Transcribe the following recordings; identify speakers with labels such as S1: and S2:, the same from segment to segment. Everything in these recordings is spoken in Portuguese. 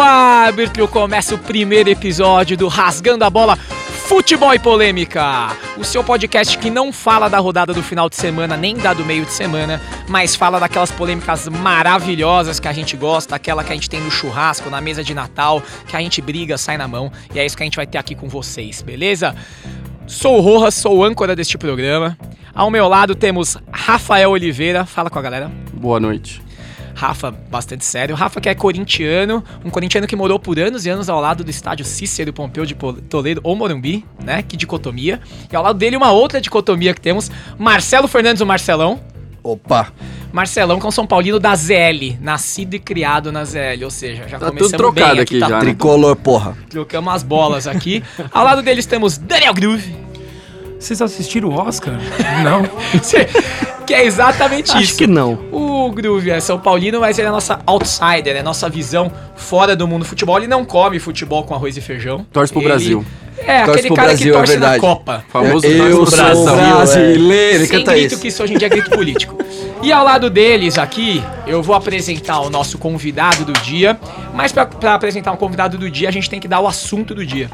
S1: árbitro, começa o primeiro episódio do Rasgando a Bola Futebol e Polêmica. O seu podcast que não fala da rodada do final de semana nem da do meio de semana, mas fala daquelas polêmicas maravilhosas que a gente gosta, aquela que a gente tem no churrasco, na mesa de Natal, que a gente briga, sai na mão. E é isso que a gente vai ter aqui com vocês, beleza? Sou o Rojas, sou o âncora deste programa. Ao meu lado temos Rafael Oliveira. Fala com a galera.
S2: Boa noite.
S1: Rafa, bastante sério. Rafa que é corintiano, um corintiano que morou por anos e anos ao lado do estádio Cícero Pompeu de Toledo ou Morumbi, né? Que dicotomia. E ao lado dele uma outra dicotomia que temos, Marcelo Fernandes, o Marcelão.
S2: Opa!
S1: Marcelão que é um São Paulino da ZL, nascido e criado na ZL, ou seja, já
S2: Tá tudo
S1: começamos
S2: trocado
S1: bem
S2: aqui
S1: tá
S2: já, né?
S1: tri-
S3: Tricolor, porra.
S1: Trocamos as bolas aqui. ao lado deles temos Daniel Groove,
S4: Vocês assistiram o Oscar? Não.
S1: que é exatamente isso.
S2: Acho que não.
S1: O Groove é São Paulino, mas ele é a nossa outsider, é a nossa visão fora do mundo futebol. Ele não come futebol com arroz e feijão.
S2: Torce pro
S1: Ele-
S2: Brasil.
S1: É,
S3: Torce
S1: aquele
S3: pro
S1: cara que
S3: Brasil, é
S1: torce na
S3: verdade.
S1: Copa.
S2: Famoso
S3: eu
S2: torce
S3: sou Ah,
S2: pro Brasil. é.
S3: brasileiro. Ele
S1: Sem
S3: canta
S1: grito
S3: isso.
S1: que isso hoje em dia é grito político. E ao lado deles aqui, eu vou apresentar o nosso convidado do dia. Mas pra- pra apresentar um convidado do dia, a gente tem que dar o assunto do dia.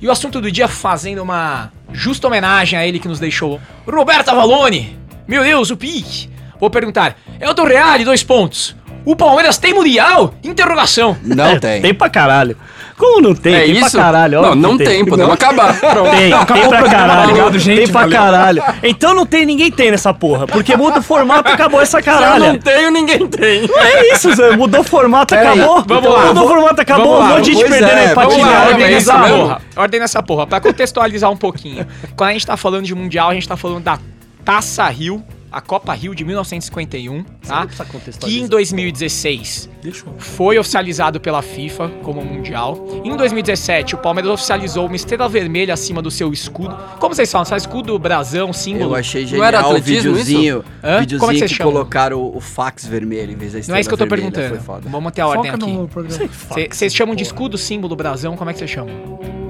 S1: E o assunto do dia fazendo uma justa homenagem a ele que nos deixou. Roberto Avalone! Meu Deus, o pique! Vou perguntar, é o do Real, dois pontos. O Palmeiras tem Mundial? Interrogação.
S3: Não tem.
S5: É, Tem pra caralho. Como não tem?
S2: É
S5: tem
S2: isso?
S5: pra caralho.
S2: não,
S5: óbvio
S2: não
S5: que
S2: tem, podemos acabar.
S5: Tem, tem pra caralho.
S4: Obrigado, gente,
S5: tem pra
S4: valeu.
S5: caralho. Então não tem, ninguém tem nessa porra. Porque muda o formato, acabou essa
S2: Eu
S5: caralho.
S2: não tenho, ninguém tem.
S5: É isso, Zé. Mudou o formato,
S3: Pera aí,
S5: acabou.
S1: vamos lá,
S5: Mudou o formato, acabou.
S1: vamos
S5: Um
S1: lá,
S5: monte de gente
S3: pois
S5: perdendo
S3: é,
S5: a né,
S3: vamos
S5: empatia.
S1: Vamos lá,
S2: Tirar,
S1: ordem
S2: é isso
S1: nessa
S2: mesmo?
S1: porra. Ordem nessa porra. Pra contextualizar um pouquinho. Quando a gente tá falando de Mundial, a gente tá falando da Taça Rio, a Copa Rio de 1951, tá?
S5: precisa contextualizar.
S1: Que em 2016
S4: Deixa eu.
S1: foi oficializado pela FIFA como mundial. Em 2017, o Palmeiras oficializou uma estrela vermelha acima do seu escudo. Como vocês falam? Sabe escudo, brasão, símbolo?
S3: Eu achei
S2: Não era
S3: genial o
S2: atletismo isso?
S3: videozinho,
S1: um- Hã?
S3: videozinho
S1: Como é que
S3: que,
S1: você chama?
S3: colocaram o, o fax vermelho em vez da
S1: Não
S3: estrela
S1: é isso que eu tô
S3: vermelha,
S1: perguntando.
S3: Foi foda.
S1: Vamos manter a ordem
S4: Foca
S1: aqui.
S4: no programa.
S1: Cê- Vocês chamam de escudo, símbolo, brasão? Como é que vocês chamam?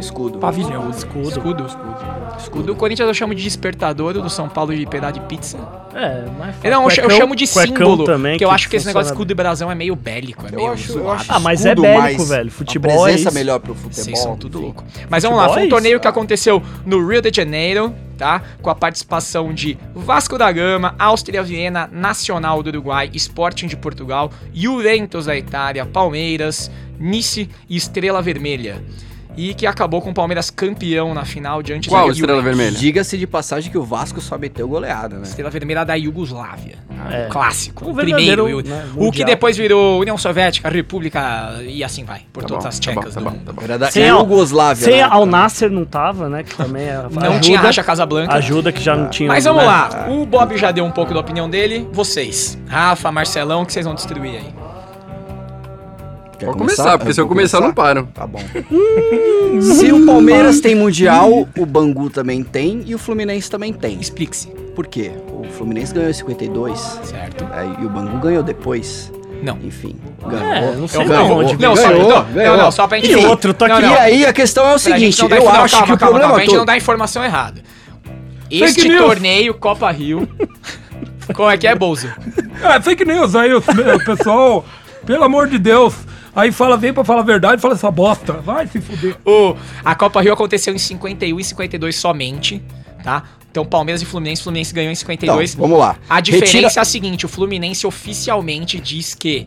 S3: Escudo.
S4: Pavilhão.
S1: Escudo. Escudo. O do Corinthians eu chamo de despertador, o do São Paulo de pedaço de pizza.
S5: É, mas
S1: Eu não, eu
S5: cuecão-
S1: chamo de
S5: cuecão
S1: símbolo,
S5: também,
S1: que eu acho que esse
S5: funciona
S1: negócio de escudo e brasão é meio bélico, é meio
S3: acho- eu
S1: zoado.
S3: acho
S5: Ah, mas é
S3: escudo,
S5: bélico,
S3: mas
S5: velho.
S3: a
S5: Futebol é
S3: presença
S5: isso.
S3: melhor pro
S1: Vocês são
S3: futebol.
S1: tudo
S3: enfim.
S1: louco. Mas vamos lá,
S5: Futebol
S1: foi
S5: é
S1: um
S5: isso,
S1: torneio que
S3: cara.
S1: aconteceu no Rio de Janeiro, tá? Com a participação de Vasco da Gama, Áustria Viena, Nacional do Uruguai, Sporting de Portugal, Juventus da Itália, Palmeiras, Nice e Estrela Vermelha. E que acabou com o Palmeiras campeão na final diante
S2: Qual
S1: da
S2: estrela
S1: Juventus.
S2: vermelha?
S3: Diga-se de passagem que o Vasco só meteu goleada, né?
S1: É. Estrela Vermelha da Iugoslávia.
S2: Ah,
S5: É.
S1: O clássico.
S5: O
S2: Um
S1: o primeiro.
S5: verdadeiro,
S1: e o-
S5: né,
S1: o que
S5: mundial.
S1: depois virou União Soviética, República e assim vai. Por
S2: Tá
S1: todas
S2: bom,
S1: as
S2: tá bom,
S1: tchecas
S2: tá
S1: do
S2: bom,
S1: mundo.
S2: tá bom.
S3: Era da
S5: Sem a-
S3: Iugoslávia.
S5: Sem
S3: É né?
S5: Al Nasser não tava, né? Que também é-
S1: Não
S5: ajuda-
S1: tinha Racha Casablanca.
S5: Ajuda que já não tinha.
S1: Mas vamos
S5: né?
S2: Ah.
S1: lá. O Bob já deu um pouco da opinião dele. Vocês. Rafa, Marcelão, o que vocês vão destruir aí?
S3: Quer
S2: Pode começar, porque se eu
S3: vou
S2: começar, eu não paro.
S3: Tá bom. Se o Palmeiras tem Mundial, o Bangu também tem e o Fluminense também tem.
S1: Explique-se.
S3: Por quê? O Fluminense ganhou em 52
S1: Certo?
S3: né, e o Bangu ganhou depois.
S1: Não.
S3: Enfim,
S5: É,
S3: ganhou.
S5: não sei
S3: Ganhou.
S5: não onde.
S1: Não, só,
S3: Ganhou,
S1: não,
S3: ganhou.
S1: não, não, só pra gente.
S5: E outro, tô aqui.
S1: Não, não.
S3: E aí a questão é
S1: Pra
S3: o
S1: gente
S3: seguinte,
S1: não dar
S3: eu
S1: info- não,
S3: acho
S1: calma,
S3: que o
S1: calma,
S3: problema
S1: calma, pra gente não
S3: todo...
S1: dá informação errada.
S4: Fake
S1: Este
S4: news.
S1: torneio, Copa Rio. Como é que é, Bolso?
S4: É, fake news aí, os- o pessoal. Pelo amor de Deus. Aí fala, vem pra falar a verdade, fala essa bosta. Vai se fuder.
S1: O- a Copa Rio aconteceu em 51 e 52 somente, tá? Então Palmeiras e Fluminense, Fluminense ganhou em
S3: Então,
S1: 52.
S3: vamos lá.
S1: a diferença
S3: Retira-
S1: é a seguinte, o Fluminense oficialmente diz que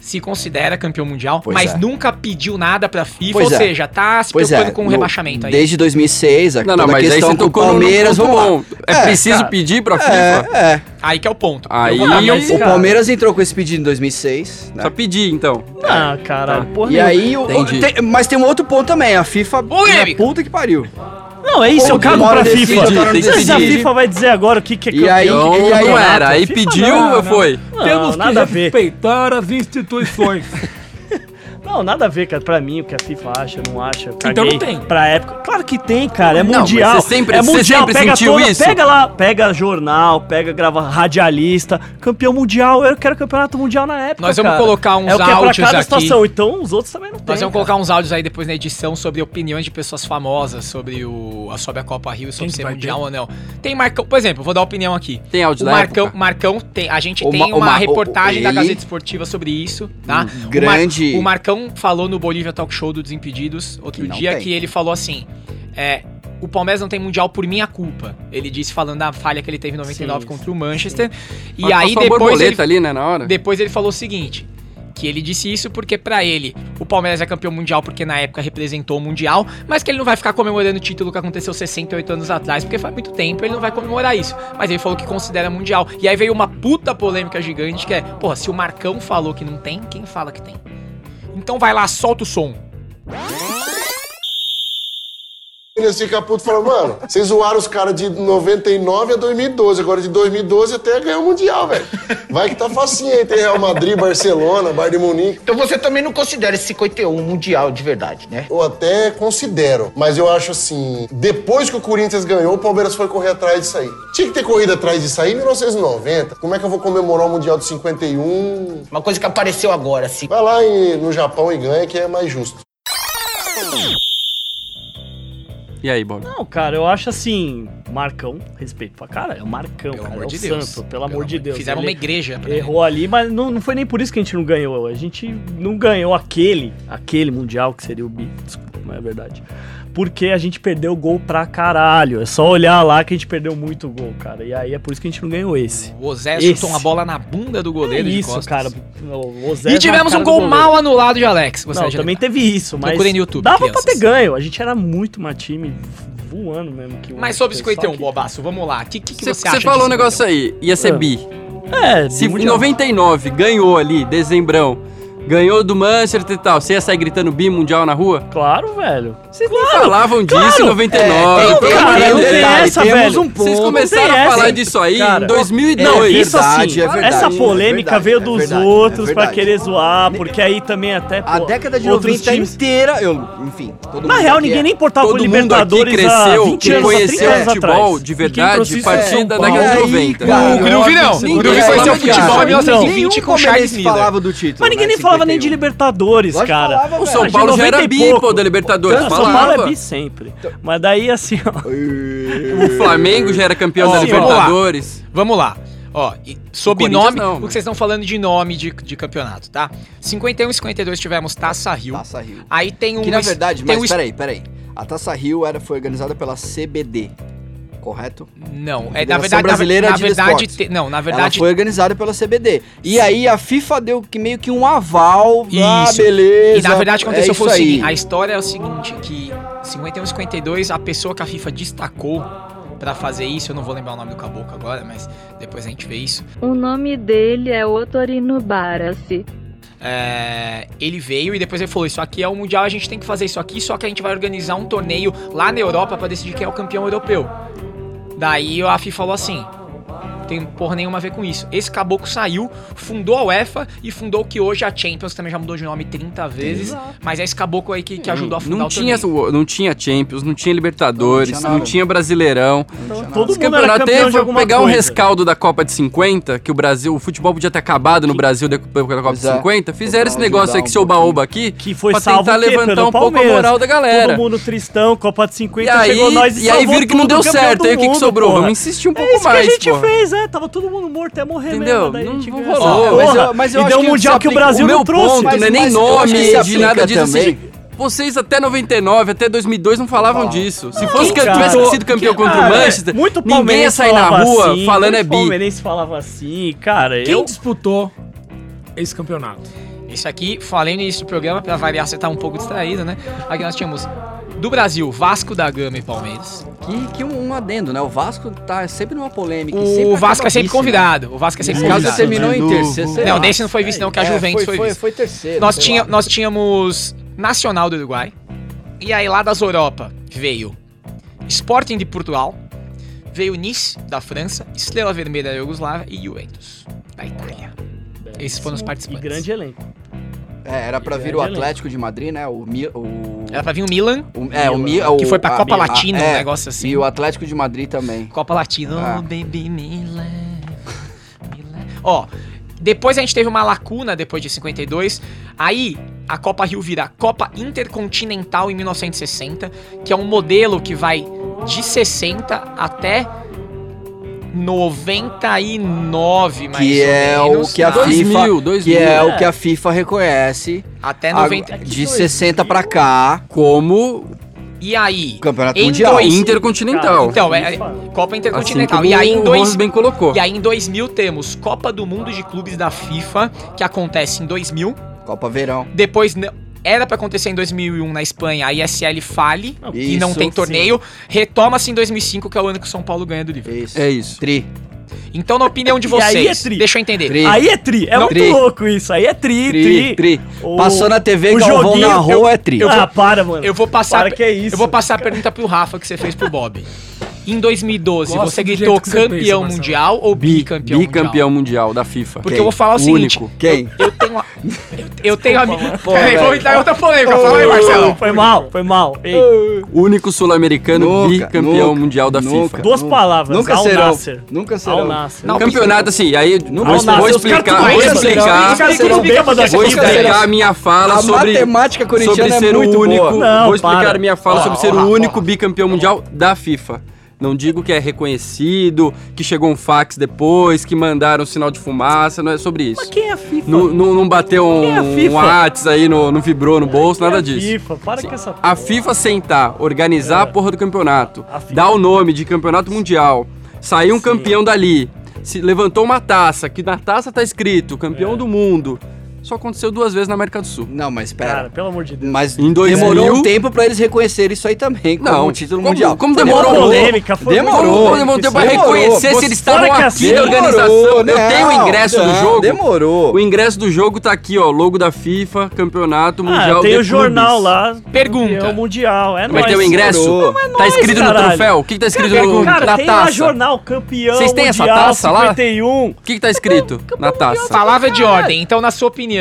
S1: se considera campeão mundial,
S3: Pois
S1: mas
S3: é.
S1: nunca pediu nada pra FIFA,
S3: Pois
S1: ou
S3: é.
S1: seja, tá se
S3: Pois
S1: preocupando
S3: é,
S1: com o
S3: no-
S1: rebaixamento aí.
S3: Desde 2006, a,
S2: Não, não,
S3: toda a
S2: mas aí
S3: questão
S2: você
S3: com o
S2: tocou
S3: Palmeiras,
S2: no, no
S3: vamos lá.
S2: ponto bom. É
S3: É,
S2: preciso
S5: cara.
S2: pedir pra FIFA?
S3: É, é.
S1: Aí que é o ponto.
S2: Aí-
S1: Eu vou dar mais-
S5: Sim,
S3: O
S5: cara.
S3: Palmeiras entrou com esse pedido em 2006, né?
S2: Só pedir, então.
S5: Ah, caralho. Porra
S3: E
S5: nenhuma.
S3: aí, o, o-
S2: Entendi.
S3: tem- mas tem um outro ponto também, a FIFA,
S1: Polêmica.
S3: na puta que pariu.
S5: Não, é isso, eu cago
S3: Demora
S5: pra
S3: decidir,
S5: FIFA.
S2: tem que
S5: Mas a
S2: decidir.
S5: FIFA vai dizer agora o que, que é
S3: E aí-
S5: campeão.
S2: Então,
S3: e aí,
S2: não
S3: Renato,
S2: era. Aí
S5: FIFA
S2: pediu,
S5: não,
S2: eu
S4: não.
S2: foi.
S5: Não,
S4: Temos que
S5: nada a ver.
S4: respeitar as instituições.
S5: Não, nada a ver, cara. Pra mim, o que a FIFA acha, não acha. eu
S4: Então
S5: caguei
S4: não tem.
S5: Pra época. Claro que tem, cara. É
S2: Não, mas
S5: mundial.
S2: você sempre-
S5: é
S2: você
S5: mundial.
S2: sempre
S5: pega
S2: sentiu
S5: toda-
S2: isso?
S5: Pega lá, pega jornal, pega grava radialista, campeão mundial. Eu quero campeonato mundial na época.
S1: Nós vamos
S5: cara.
S1: colocar uns
S5: É o que é pra
S1: áudios
S5: cada
S1: aqui.
S5: situação. Então os outros também não tem.
S1: Nós vamos
S5: cara.
S1: colocar uns áudios aí depois na edição sobre opiniões de pessoas famosas sobre o sobre a Copa Rio e sobre
S4: Quem
S1: ser
S4: vai
S1: mundial ou não. Tem Marcão, por exemplo, vou dar opinião aqui.
S2: Tem áudio
S1: O
S2: da
S1: Marcão,
S2: época?
S1: Marcão tem, a gente
S3: O
S1: tem
S3: Ma-
S1: uma
S3: o Ma- o-
S1: reportagem da
S3: ele-
S1: Gazeta Esportiva sobre isso, tá?
S3: Um grande-
S1: O, Mar, o Marcão Filipão falou no Bolívia Talk Show do Desimpedidos outro
S3: Que não
S1: dia
S3: tem.
S1: que ele falou assim: é, o Palmeiras não tem mundial por minha culpa. Ele disse falando da falha que ele teve em 99
S5: Sim,
S1: contra o Manchester. E
S2: Mas
S1: aí
S2: passou a
S1: depois ele,
S2: borboleta ali, né, na hora.
S1: depois ele falou o seguinte: que ele disse isso porque pra ele o Palmeiras é campeão mundial porque na época representou o mundial, mas que ele não vai ficar comemorando o título que aconteceu 68 anos atrás, porque faz muito tempo, ele não vai comemorar isso. Mas ele falou que considera mundial. E aí veio uma puta polêmica gigante que é, porra, se o Marcão falou que não tem, quem fala que tem? Então vai lá, solta o som.
S6: Nesse Caputo falou, mano, vocês zoaram os caras de 99 a 2012, agora de 2012 até ganhar o Mundial, velho. Vai que tá facinho aí, tem Real Madrid, Barcelona, Bayern de Munique.
S7: Então você também não considera esse 51 mundial de verdade, né?
S6: Eu até considero, mas eu acho assim, depois que o Corinthians ganhou, o Palmeiras foi correr atrás disso aí. Tinha que ter corrido atrás disso aí em 1990. Como é que eu vou comemorar o Mundial de 51?
S7: Uma coisa que apareceu agora, assim.
S6: Vai lá em- no Japão e ganha, que é mais justo.
S2: E aí, Bob?
S5: Não, cara, eu acho assim, Marcão, respeito pra cara, é o Marcão, cara, é o santo, pelo, amor de Deus.
S1: Fizeram uma
S5: Ele é
S1: igreja pra ele.
S5: Errou ali, mas não, não foi nem por isso que a gente não ganhou. A gente não ganhou aquele, aquele mundial que seria o bi, desculpa, não é verdade. Porque a gente perdeu gol pra caralho. É só olhar lá que a gente perdeu muito gol, cara. E aí é por isso que a gente não ganhou esse.
S1: O Osé chutou
S5: Esse.
S1: uma bola na bunda do
S5: É
S1: goleiro de
S5: isso,
S1: costas.
S5: cara. O- o Zé
S1: E
S5: na
S1: tivemos
S5: cara
S1: um
S5: do
S1: gol
S5: goleiro.
S1: mal anulado de Alex. Você
S5: Não,
S1: acha?
S5: também teve isso, mas
S1: Procurem no YouTube,
S5: dava pra
S1: crianças.
S5: ter ganho. A gente era muito mais time voando mesmo que o
S1: Mas sobre
S5: Manchester,
S1: 51,
S5: só que-
S1: Bobaço, vamos lá. O que, que, que
S2: Você
S1: você, acha? Ah.
S2: falou um
S1: de
S2: negócio
S1: 51?
S2: aí, ia ser
S5: É.
S2: bi.
S5: É,
S2: Se em
S5: mundial.
S2: 99 ganhou ali, dezembrão, ganhou do Manchester e tal, você ia sair gritando bi mundial na rua?
S5: Claro, velho.
S2: Vocês nem falavam disso em 99.
S3: É, tem-
S5: cara,
S3: tem um
S5: não tem
S3: detalhe,
S5: essa,
S3: temos
S5: velho.
S3: um
S2: Vocês
S3: ponto.
S2: começaram
S5: tem
S2: a
S5: essa,
S2: falar
S5: hein?
S2: disso aí
S5: Cara,
S2: em 2002.
S5: Não,
S3: É
S5: isso
S3: verdade,
S5: assim,
S3: é verdade,
S5: essa
S3: é
S5: polêmica
S3: verdade,
S5: veio
S3: é
S5: dos
S3: verdade,
S5: outros
S3: é
S5: pra
S3: verdade.
S5: querer zoar, porque aí também até
S3: A
S5: pô,
S3: década de
S5: outros
S3: 90
S5: times-
S3: inteira, eu, enfim, todo
S5: Na
S3: mundo
S5: real,
S3: aqui
S5: ninguém
S3: é-
S5: nem importava
S2: Todo
S5: com
S2: mundo aqui
S5: Libertadores há
S2: cresceu,
S5: 20 anos, há 30
S2: conheceu o
S5: anos
S2: futebol
S5: atrás.
S2: de
S5: E quem trouxe
S2: verdade
S5: isso
S2: a
S5: é
S2: partir da
S5: São Paulo.
S2: década de
S3: Aí,
S2: 90.
S3: cara,
S1: O Gruvin Ah, não.
S3: Ninguém
S1: O Gruvin conheceu o
S3: falava,
S1: futebol em
S3: cara.
S1: 1920 com
S3: Nenhum
S1: Charles
S3: palmeirense
S1: Miller.
S3: falava do título.
S5: Mas ninguém
S3: né,
S5: nem falava nem de
S3: 51.
S5: Libertadores,
S3: Lógico que
S5: cara.
S3: falava,
S2: O
S3: velho.
S2: São
S5: Mas
S2: Paulo já
S5: 90
S2: era
S5: e
S2: bi, pô,
S5: pouco.
S2: da Libertadores.
S5: São Paulo é
S2: Falava.
S5: bi sempre. Mas daí assim, ó.
S3: um-
S2: O Flamengo já era campeão
S1: Ó,
S2: da
S1: sim, vamos lá.
S2: Libertadores.
S1: Vamos lá. Ó, e sob
S2: Corinthians
S1: nome,
S2: não,
S1: o
S2: mas-
S1: que vocês estão falando de nome de, de campeonato, tá? 51 e 52 tivemos Taça Rio.
S3: Taça Rio.
S1: Aí tem um.
S3: Que na verdade,
S1: tem
S3: mas
S1: um es-
S3: peraí, peraí. A Taça Rio era, foi organizada pela CBD, correto?
S1: Não, é na
S3: Federação
S1: verdade.
S3: Brasileira
S1: na,
S3: de
S1: verdade,
S3: Desportos.
S1: te- não, na
S3: Ela
S1: verdade.
S3: foi organizada pela CBD. E aí a FIFA deu que meio que um aval. Ah,
S1: Isso.
S3: beleza.
S1: E na verdade aconteceu
S3: é
S1: foi o
S3: isso aí.
S1: seguinte, a história é o seguinte, que 51 e 52, a pessoa que a FIFA destacou pra fazer isso, eu não vou lembrar o nome do caboclo agora, mas depois a gente vê isso.
S8: O nome dele é Otorino Barassi.
S1: É, ele veio e depois ele falou: Isso aqui é o Mundial, a gente tem que fazer isso aqui, só que a gente vai organizar um torneio lá na Europa pra decidir quem é o campeão europeu. Daí a FIFA falou assim: "Não Tem porra nenhuma a ver com isso. Esse caboclo saiu, fundou a UEFA e fundou o que hoje é a Champions, que também já mudou de nome 30 vezes. Mas é esse caboclo aí que, que ajudou a fundar
S2: Não
S1: o
S2: tinha,
S1: torneio.
S2: não tinha Champions, não tinha Libertadores, não
S3: Não
S2: tinha,
S3: tinha nada.
S2: Brasileirão.
S5: Todo
S2: Esse
S5: mundo era
S2: campeonato
S5: campeão
S2: teve
S5: de alguma
S2: pegar um
S5: coisa.
S2: rescaldo da Copa de 50, que o Brasil, o futebol podia ter acabado no Brasil depois da Copa
S3: Pois
S2: de
S3: é.
S2: 50. Fizeram
S3: Pra
S2: esse negócio
S3: ajudar
S2: aí que
S3: um
S2: seu
S3: pouquinho.
S2: baoba aqui
S5: Que foi
S2: pra
S5: salvo
S2: tentar
S5: o quê?
S2: levantar
S5: Pelo
S2: um pouco a
S5: Palmeiras.
S2: moral da galera.
S5: Todo mundo tristão, Copa de
S2: E
S5: 50, chegou
S2: aí,
S5: nós e
S2: e aí
S5: salvou
S2: viram que não
S5: tudo,
S2: deu
S5: campeão
S2: certo.
S5: do
S2: Aí o que, que
S5: mundo,
S2: sobrou?
S5: porra.
S2: Vamos insistir um
S5: É
S2: pouco
S5: isso
S2: mais,
S5: que a gente
S2: porra.
S5: fez, é. Tava todo mundo morto até morrer
S2: Entendeu?
S5: mesmo. Daí
S2: Não-
S5: a gente
S2: não
S5: ganhou.
S2: rolou.
S5: Porra,
S3: Mas eu- mas eu
S5: e
S3: acho
S5: deu um
S3: que isso
S5: mundial que o
S3: aplica-
S5: Brasil
S2: O meu
S5: não trouxe.
S2: ponto não é nem
S3: mas eu acho que
S2: nome
S3: se
S2: de
S3: aplica
S2: nada disso.
S3: também.
S2: assim, vocês até 99, até 2002 não falavam
S3: Tá.
S2: disso. Se fosse que eu
S5: Cara,
S2: tivesse sido campeão
S5: que-
S2: contra
S5: ah,
S2: o
S5: é,
S2: Manchester,
S5: muito
S2: ninguém ia
S5: palmeirense
S2: sair na
S5: falava
S2: rua
S5: assim,
S2: falando é
S5: muito
S2: bi.
S5: palmeirense falava assim, cara.
S4: Quem
S5: eu...
S4: disputou esse campeonato?
S1: Isso aqui, falei no início do programa, pra variar, você tá um pouco distraído, né? Aqui nós tínhamos do Brasil, Vasco da Gama e Palmeiras.
S3: Que, que um, um adendo, né? O Vasco tá sempre numa polêmica. e sempre
S1: O
S3: acaba
S1: Vasco é sempre
S3: vice, né?
S1: convidado. O Vasco é sempre
S3: Esse caso
S1: convidado.
S3: terminou em terceiro. sei
S1: Não,
S3: lá.
S1: desse não foi vice, não, que a Juventus foi vice.
S3: é, Foi terceiro.
S1: Nós,
S3: sei
S1: tinha,
S3: lá.
S1: nós tínhamos Nacional do Uruguai. E aí lá das Europa veio Sporting de Portugal, veio Nice da França, Estrela Vermelha da Iugoslávia e Juventus da Itália. Esses foram os participantes.
S5: E grande elenco.
S3: É, era pra
S5: E
S3: vir o
S5: grande
S3: Atlético de Madrid, né? O. Mi- o...
S1: Era pra vir o Milan,
S3: o- é, o, Mi- o
S1: que foi pra
S3: a
S1: Copa
S3: Mi- a-
S1: Latina,
S3: é,
S1: um negócio assim.
S3: E o Atlético de Madrid também.
S1: Copa Latina.
S3: Ah.
S1: Oh, baby, me leva, me leva. Ó, depois a gente teve uma lacuna depois de 52. Aí a Copa Rio vira a Copa Intercontinental em 1960, que é um modelo que vai de 60 até 99, mais
S3: que
S1: ou
S3: é o
S1: menos,
S3: que a
S1: tá?
S2: 2000,
S3: FIFA, que
S2: 2000.
S3: é o que a FIFA reconhece
S1: Até
S3: a-
S1: 90.
S3: de 60 pra cá,
S2: Como
S1: E aí?
S3: campeonato
S1: Em
S3: mundial.
S1: dois.
S2: Intercontinental.
S1: Então, é Copa
S2: assim
S1: Intercontinental.
S2: como
S1: e aí em
S2: o
S1: dois
S2: Ramos bem colocou.
S1: E aí em 2000 temos Copa do Mundo de Clubes da FIFA, que acontece em 2000.
S3: Copa Verão.
S1: Depois n- era pra acontecer em 2001 na Espanha, a ISL fale e não
S3: Isso,
S1: tem torneio. Retoma-se em 2005, que é o ano que o São Paulo ganha do Liverpool.
S3: Isso.
S2: É isso.
S3: Tri.
S1: Então, na opinião de
S5: E aí
S1: vocês,
S5: é tri.
S1: deixa eu entender.
S3: Tri.
S5: Aí é tri. É muito
S3: tri.
S5: louco isso. Aí é tri,
S3: Tri,
S5: tri.
S3: tri.
S5: O-
S3: Passou na TV,
S5: o
S3: Galvão
S5: joguinho-
S3: narrou, é tri.
S5: ah, para, mano.
S1: Eu vou passar
S5: Para que é isso.
S1: Eu vou passar a pergunta pro Rafa que você fez pro Bob. Em 2012,
S4: Gosto
S1: você
S4: do jeito
S1: gritou
S4: que você pensa,
S1: campeão
S4: Marcelo.
S1: mundial ou bicampeão mundial?
S2: Bicampeão mundial da FIFA.
S1: Porque
S3: Quem?
S1: eu vou falar o seguinte,
S2: Único.
S3: Quem?
S1: eu tenho a... Eu, eu tenho a...
S3: Pô,
S1: Peraí,
S3: velho.
S1: vou entrar em outra polêmica. Fala aí, Marcelo.
S5: Foi mal, foi mal. Ei,
S2: é Único sul-americano
S3: Nunca,
S2: bicampeão
S3: nunca,
S2: mundial da
S3: nunca.
S2: FIFA.
S5: duas
S3: Nunca-
S5: palavras.
S3: Nunca
S5: Al
S3: serão.
S5: Nasser.
S3: Nunca serão.
S5: Al Nasser.
S1: Não,
S2: Campeonato, assim, aí
S3: Nunca
S2: vou,
S5: serão.
S2: vou
S5: Os caras
S2: explicar,
S3: tudo
S2: vou
S3: bem, serão.
S2: explicar,
S3: Os caras tudo
S1: bem,
S5: Nunca
S1: mas
S2: vou
S1: tudo bem.
S2: explicar né? a minha fala
S3: A
S2: sobre
S3: matemática corintiana
S2: sobre
S3: é
S2: ser
S3: muito
S2: o único,
S3: boa.
S5: Não,
S2: vou explicar
S5: para.
S2: a minha fala
S1: Ó,
S2: sobre
S1: ó,
S2: ser
S1: ó, ó,
S2: o único
S1: ó.
S2: bicampeão mundial da FIFA. Não digo que é reconhecido, que chegou um fax depois, que mandaram um sinal de fumaça, não é sobre isso.
S5: Quem é a FIFA?
S2: Não, não, não bateu
S5: Quem é a
S2: um,
S5: FIFA?
S2: um Whats aí, não, não vibrou no bolso, nada
S5: Quem é a
S2: disso.
S5: FIFA, para com essa
S2: A FIFA sentar, organizar a porra do campeonato,
S5: A FIFA.
S2: dar o nome de campeonato mundial, sair um campeão dali, se levantou uma taça, que na taça tá escrito campeão do mundo. Só aconteceu duas vezes na América do Sul.
S3: Não, mas pera.
S5: Cara, pelo amor de Deus.
S3: Mas
S2: Em 2000?
S3: demorou um tempo pra eles reconhecerem isso aí também, como
S2: Não.
S3: um título
S2: Como-
S3: mundial.
S2: como
S5: Foi
S2: demorou?
S5: polêmica, foi
S3: Demorou.
S2: Demorou,
S5: muito
S2: demorou
S5: polêmica
S2: tempo pra
S5: isso aí.
S3: Demorou.
S2: reconhecer
S5: Você-
S2: se eles
S5: Fora
S2: estavam
S5: que
S2: aqui
S5: assim,
S2: na organização. Eu
S3: não,
S2: tenho o ingresso do
S3: né? não,
S2: jogo.
S3: Demorou.
S2: O ingresso do jogo tá aqui, ó. Logo da FIFA, Campeonato Mundial
S5: Ah, tem
S2: de
S5: o jornal
S2: Clubes.
S5: lá.
S1: Pergunta.
S5: É o Mundial, é
S2: Mas tem o
S5: nóis.
S2: ingresso?
S3: Demorou.
S2: tá escrito no
S5: caralho.
S2: troféu? O que, que tá escrito no,
S5: Cara,
S2: na
S5: tem lá
S2: taça?
S5: jornal campeão
S2: Vocês têm essa
S5: mundial,
S2: taça lá?
S5: 51.
S2: O que, que tá escrito na taça?
S1: Palavra de ordem. Então, na sua opinião,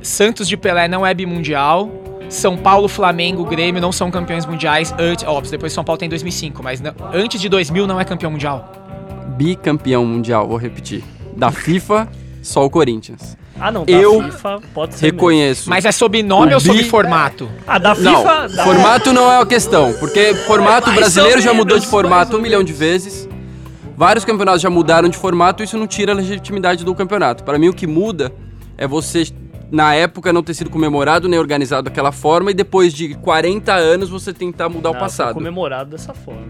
S1: Santos de Pelé não é bimundial. São Paulo, Flamengo, Grêmio não são campeões mundiais. Antes, óbvio, depois São Paulo tem 2005, mas não- antes de 2000 não é campeão mundial.
S2: Bicampeão mundial, vou repetir. Da FIFA, só o Corinthians.
S5: Ah, não, da
S2: Eu
S5: FIFA pode ser mesmo.
S2: Reconheço.
S1: Mas é sob nome
S2: O
S1: ou sob
S2: bi-
S1: formato?
S5: Ah, da
S2: Não,
S5: FIFA... da-
S2: formato não é uma questão, porque formato
S5: Mais
S2: brasileiro
S5: ou
S2: já mudou
S5: É, menos,
S2: de formato
S5: mais
S2: um milhão de vezes. Vários campeonatos já mudaram de formato, isso não tira a legitimidade do campeonato. Para mim, o que muda é você, na época, não ter sido comemorado nem organizado daquela forma e depois de 40 anos você tentar mudar
S5: Não,
S2: é o
S5: foi
S2: passado.
S5: comemorado dessa forma.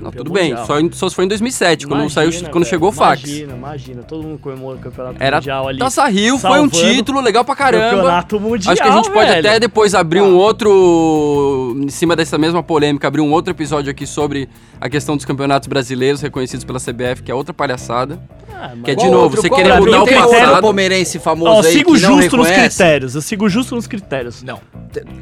S2: Não, tudo
S5: campeão
S2: bem,
S5: mundial.
S2: só, em- só foi em 2007, quando, não saiu,
S5: Imagina,
S2: quando
S5: velho,
S2: chegou o fax.
S5: Imagina, imagina. Todo mundo comemora o campeonato
S2: Era
S5: mundial ali.
S2: Taça Rio, foi um
S5: salvando
S2: título legal pra caramba.
S5: Campeonato mundial,
S2: Acho que a gente pode
S5: velho.
S2: até depois abrir um outro. Em cima dessa mesma polêmica, abrir um outro episódio aqui sobre a questão dos campeonatos brasileiros reconhecidos pela CBF, que é outra palhaçada.
S5: Ah, mas-
S2: Que é de
S3: Qual
S2: novo,
S3: outro-
S2: você
S3: qual
S2: querer
S3: outro?
S5: mudar o
S3: Tem outro
S2: passado?
S3: palmeirense famoso
S5: Ó, eu
S3: aí
S5: sigo
S3: que não
S5: justo nos
S3: reconhece?
S5: critérios. Eu sigo justo nos critérios.
S1: Não.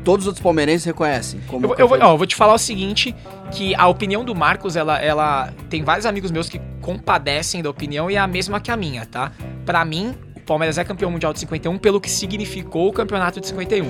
S3: Todos os outros palmeirenses reconhecem. Como
S1: Eu, vou- eu vou- ó, eu vou te falar o seguinte, que a opinião do Marcos, ela, ela... Tem vários amigos meus que compadecem da opinião e é a mesma que a minha, tá? Pra mim, o Palmeiras é campeão mundial de 51 pelo que significou o campeonato de 51.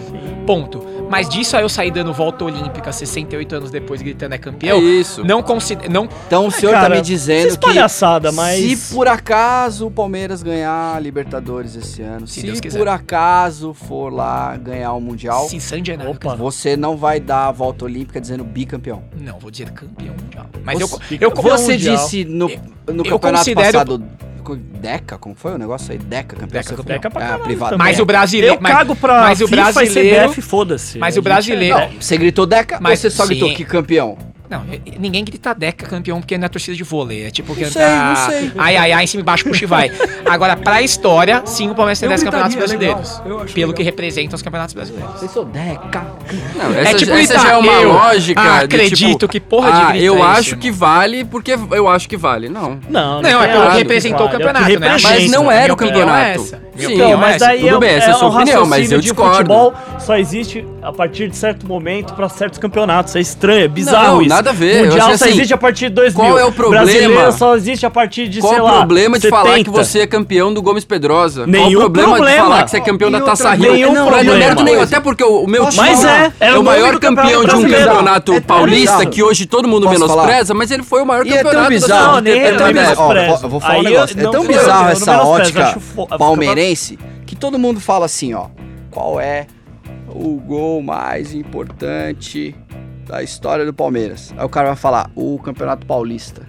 S1: Ponto. Mas disso aí eu sair dando volta olímpica 68 anos depois gritando é
S2: É
S1: campeão,
S2: isso.
S1: não considero... Não,
S3: Então o senhor
S5: cara,
S3: tá me dizendo
S5: Vocês
S3: que
S5: palhaçada, mas...
S3: se por acaso o Palmeiras ganhar a Libertadores esse ano,
S1: Se
S3: se,
S1: Deus quiser.
S3: por acaso for lá ganhar o Mundial,
S1: se é San Gennaro-
S5: Opa.
S3: você não vai dar a volta olímpica dizendo bicampeão.
S1: Não, vou dizer campeão mundial. Mas eu,
S5: Você-
S1: eu,
S5: Campeão
S3: Você
S5: mundial.
S3: disse no, no
S1: eu
S3: campeonato
S1: considero-
S3: passado. co- Deca? Como foi o negócio aí? Deca, campeão.
S1: Deca,
S3: você
S1: campeão.
S5: Deca pra
S3: Ah,
S5: caralho
S3: privado.
S5: também.
S1: Mas o brasileiro...
S5: Eu
S1: mas-
S5: cago pra
S1: mas o
S5: FIFA
S1: brasileiro-
S5: e CBF, foda-se.
S1: Mas o
S5: A gente- é
S1: brasileiro...
S5: Não,
S3: Você gritou Deca
S1: Mas
S3: ou você só gritou
S1: sim.
S3: que campeão?
S1: Não, eh, ninguém grita Deca campeão porque não é torcida de vôlei. É tipo que
S3: sei, não sei.
S1: Ai, ai, ai, em cima e embaixo, puxa e vai. Agora, pra história, sim, o Palmeiras tem
S4: Eu
S1: 10 campeonatos
S4: gritaria,
S1: brasileiros.
S4: legal. Eu acho
S1: Pelo
S4: legal.
S1: que representam os campeonatos brasileiros.
S3: Você sou Deca.
S2: Não, essa,
S1: é tipo
S2: essa
S1: gritar,
S2: já é uma
S1: eu
S2: lógica. de,
S1: acredito,
S2: tipo,
S1: que porra de
S2: ah,
S1: grito é
S2: eu
S1: esse,
S2: acho
S1: irmão?
S2: que vale, porque eu acho que vale. Não.
S1: Não,
S5: Não,
S1: é
S5: tem
S1: pelo
S5: nada
S1: que
S2: errado,
S1: representou o
S5: vale, é
S1: campeonato,
S5: que
S1: né?
S2: Mas
S5: representa.
S2: não era o
S1: Minha opinião é
S2: campeonato.
S1: essa. Minha
S2: Sim,
S1: opinião
S5: Então,
S1: é
S5: mas
S1: essa.
S5: daí
S2: Tudo
S5: é,
S2: bem, essa é
S5: é
S2: sua
S5: um
S2: opinião, mas
S5: raciocínio
S2: eu
S5: de
S2: discordo.
S5: futebol só existe a partir de certo momento pra certos campeonatos. É estranho, é bizarro
S2: Não,
S5: isso.
S2: nada a ver, eu
S5: Mundial
S2: acho
S5: só
S2: assim,
S5: existe a partir de 2000.
S2: qual é o problema?
S5: Brasileiro só existe a partir de,
S2: Qual
S5: sei
S2: o
S5: lá,
S2: problema de falar que
S5: 70?
S2: você é campeão do Gomes Pedrosa? Qual
S5: Nenhum
S2: o problema, de
S5: problema.
S2: falar que você é campeão da
S3: Nenhum
S2: Taça Rio?
S3: problema.
S5: Nenhum
S2: não, não é
S5: problema.
S2: mérito nenhum, até porque o o meu
S3: Posso
S2: time
S5: Mas é, é
S2: é,
S5: o
S2: o
S5: nome
S2: maior
S5: do campeonato
S2: campeão de um
S5: brasileiro.
S2: campeonato
S3: É tão
S2: paulista
S3: bizarro.
S2: que hoje todo mundo
S3: Posso
S2: menospreza, mas ele foi o maior
S3: E é tão
S2: campeonato da
S3: bizarro,
S2: sua
S5: Não, nem
S3: É
S5: eu
S3: tão
S5: não
S2: vida.
S3: bizarro.
S5: menosprezo.
S3: Ó, vou- vou falar um
S5: Aí eu-
S3: negócio. É
S5: não,
S3: tão
S5: eu-
S3: bizarro
S5: eu não
S3: essa
S5: menosprezo,
S3: ótica
S5: acho fo-
S3: palmeirense que todo mundo fala assim, ó. Qual é o gol mais importante da história do Palmeiras? Aí o cara vai falar, o Campeonato Paulista.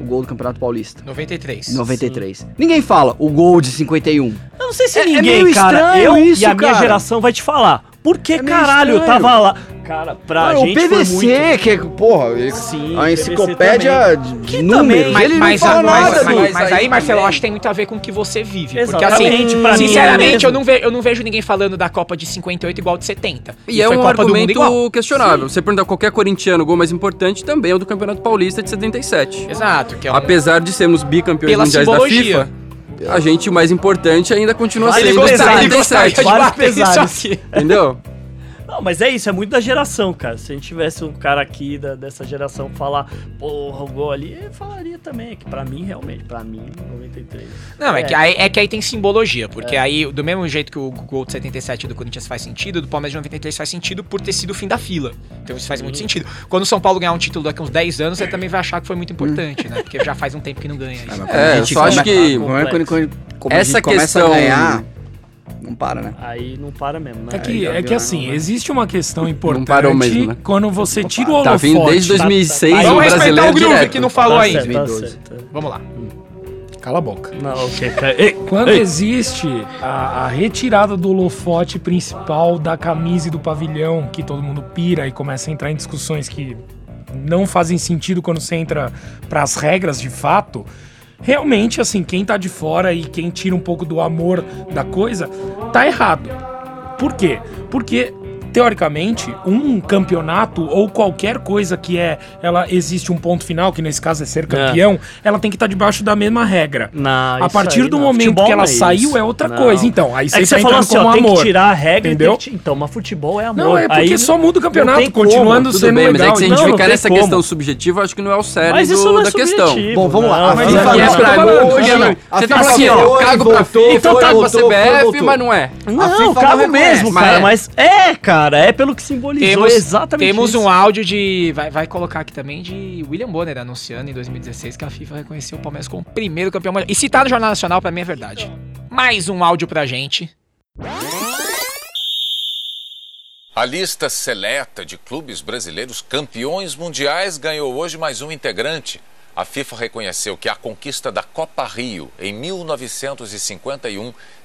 S3: o gol do Campeonato Paulista.
S1: 93.
S3: 93. Ninguém fala o gol de 51.
S5: Eu não sei se
S3: É- é
S5: ninguém,
S3: meio
S5: cara.
S3: estranho
S5: Eu
S3: isso,
S5: e a minha
S3: cara.
S5: geração vai te falar. Por que,
S3: É meio
S5: caralho, eu
S3: estranho.
S5: tava lá? Cara, pra
S3: Cara, o
S5: gente
S3: PVC,
S5: foi muito...
S3: que é, porra, ele-
S5: Sim,
S3: a
S5: PVC
S3: enciclopédia de, de números,
S5: também-
S1: Mas,
S3: ele
S1: mas-
S3: não fala
S1: mas- mas-
S3: nada do...
S1: mas
S2: Mas
S1: aí,
S2: aí
S1: Marcelo, eu
S2: também-
S1: acho que tem muito a ver com o que você vive. Porque
S5: Exatamente,
S1: assim,
S5: pra mim é
S1: sinceramente,
S5: mesmo.
S1: eu não, ve- eu não vejo ninguém falando da Copa de 58 igual de 70.
S2: E é
S1: foi
S2: um
S1: Copa do Mundo igual.
S2: argumento questionável. Você perguntar qualquer corintiano o gol mais importante também é o do Campeonato Paulista de 77.
S1: Exato, que é um...
S2: Apesar de sermos bicampeões
S1: Pela
S2: mundiais
S1: simbologia.
S2: da FIFA, a gente o mais importante ainda continua
S5: Vale
S2: sendo o de
S5: gostaria-
S1: ele gostaria
S2: 77.
S1: de
S5: Vários
S1: bater isso
S5: pesares.
S1: aqui.
S2: Entendeu?
S5: Não, mas é isso, é muito da geração, cara. Se a gente tivesse um cara aqui da- dessa geração falar, porra, o gol ali, eu falaria também. Que pra mim, realmente, pra mim, 93.
S1: Não, é, que
S5: a
S1: aí, é que aí tem simbologia, porque
S5: É.
S1: aí, do mesmo jeito que o gol de 77 do Corinthians faz sentido, do Palmeiras de 93 faz sentido por ter sido o fim da fila. Então isso faz muito
S5: Uhum.
S1: sentido. Quando o São Paulo ganhar um título daqui a uns 10 anos, você também vai achar que foi muito importante, né? Porque já faz um tempo que não ganha isso.
S2: É, eu só acho que
S3: Como é, quando, quando- como
S2: Essa
S3: a gente começa
S2: questão-
S3: a ganhar, não para, né?
S5: Aí não para mesmo, né?
S4: É que,
S5: Aí,
S4: é que assim, existe uma questão importante
S2: parou mesmo, né?
S4: quando você tira o
S2: Tá
S4: holofote.
S2: vindo desde 2006
S5: Tá- tá-
S2: o
S1: Vamos
S5: Aí,
S1: respeitar
S2: brasileiro é
S1: o Groove,
S2: direto.
S1: que não falou
S5: tá
S1: ainda.
S5: certo, tá
S3: 2012.
S5: certo.
S1: Vamos lá.
S4: Cala a boca.
S5: Não, ok, cara. Ei,
S4: Quando
S5: ei.
S4: existe a, a retirada do holofote principal da camisa e do pavilhão, que todo mundo pira e começa a entrar em discussões que não fazem sentido quando você entra pras regras de fato, realmente, assim, quem tá de fora e quem tira um pouco do amor da coisa, tá errado. Por quê? Porque teoricamente, um campeonato ou qualquer coisa que é, ela existe um ponto final, que nesse caso é ser campeão, ela tem que estar debaixo da mesma regra.
S5: Não,
S4: a
S5: Ah, isso
S4: partir
S5: aí
S4: do
S5: não.
S4: momento
S5: Futebol
S4: que ela
S5: não é
S4: saiu
S5: isso.
S4: é outra
S5: Não.
S4: coisa. Então, aí
S5: É que
S4: você
S5: você
S4: tá
S5: falou
S4: entrando
S5: assim,
S4: como
S5: ó, tem que
S4: amor.
S5: tirar a regra, e
S4: entendeu?
S5: Tem que... ti- Então, mas futebol é amor.
S4: Não, é porque
S5: Aí
S4: só muda o campeonato,
S5: tem como.
S4: continuando
S2: Tudo
S4: sendo
S2: bem, mas
S4: legal.
S2: é que se a gente
S5: então. Não,
S2: ficar
S5: não
S2: nessa
S5: tem
S2: questão
S5: como.
S2: subjetiva, acho que não é o cérebro
S5: Mas isso não é
S2: da questão.
S5: subjetivo,
S3: Bom, vamos lá. Mas
S5: não,
S3: é
S5: mas é
S3: que
S2: Não,
S3: é
S5: isso
S3: pra-
S5: que eu tô
S2: não,
S5: falando.
S2: não,
S3: hoje,
S2: não.
S3: né?
S2: Você tá
S3: A
S2: falando assim,
S3: FIFA
S2: ó,
S3: foi,
S2: cago pra
S3: voltou,
S2: FIFA,
S3: foi,
S2: cago pra
S3: voltou, foi,
S2: CBF,
S3: voltou.
S2: mas não é.
S5: Não,
S3: FIFA
S5: cago
S3: não reconhece,
S5: mesmo,
S2: mas é.
S5: cara. Mas é, cara, é pelo que simbolizou
S1: Temos,
S5: exatamente
S1: temos
S5: isso.
S1: um áudio de. Vai, vai colocar aqui também de William Bonner anunciando em 2016 que a FIFA reconheceu o Palmeiras como o primeiro campeão mundial. E citar no Jornal Nacional, pra mim é verdade.
S5: Então.
S1: Mais um áudio pra gente.
S9: A lista seleta de clubes brasileiros campeões mundiais ganhou hoje mais um integrante. A FIFA reconheceu que a conquista da Copa Rio em 1951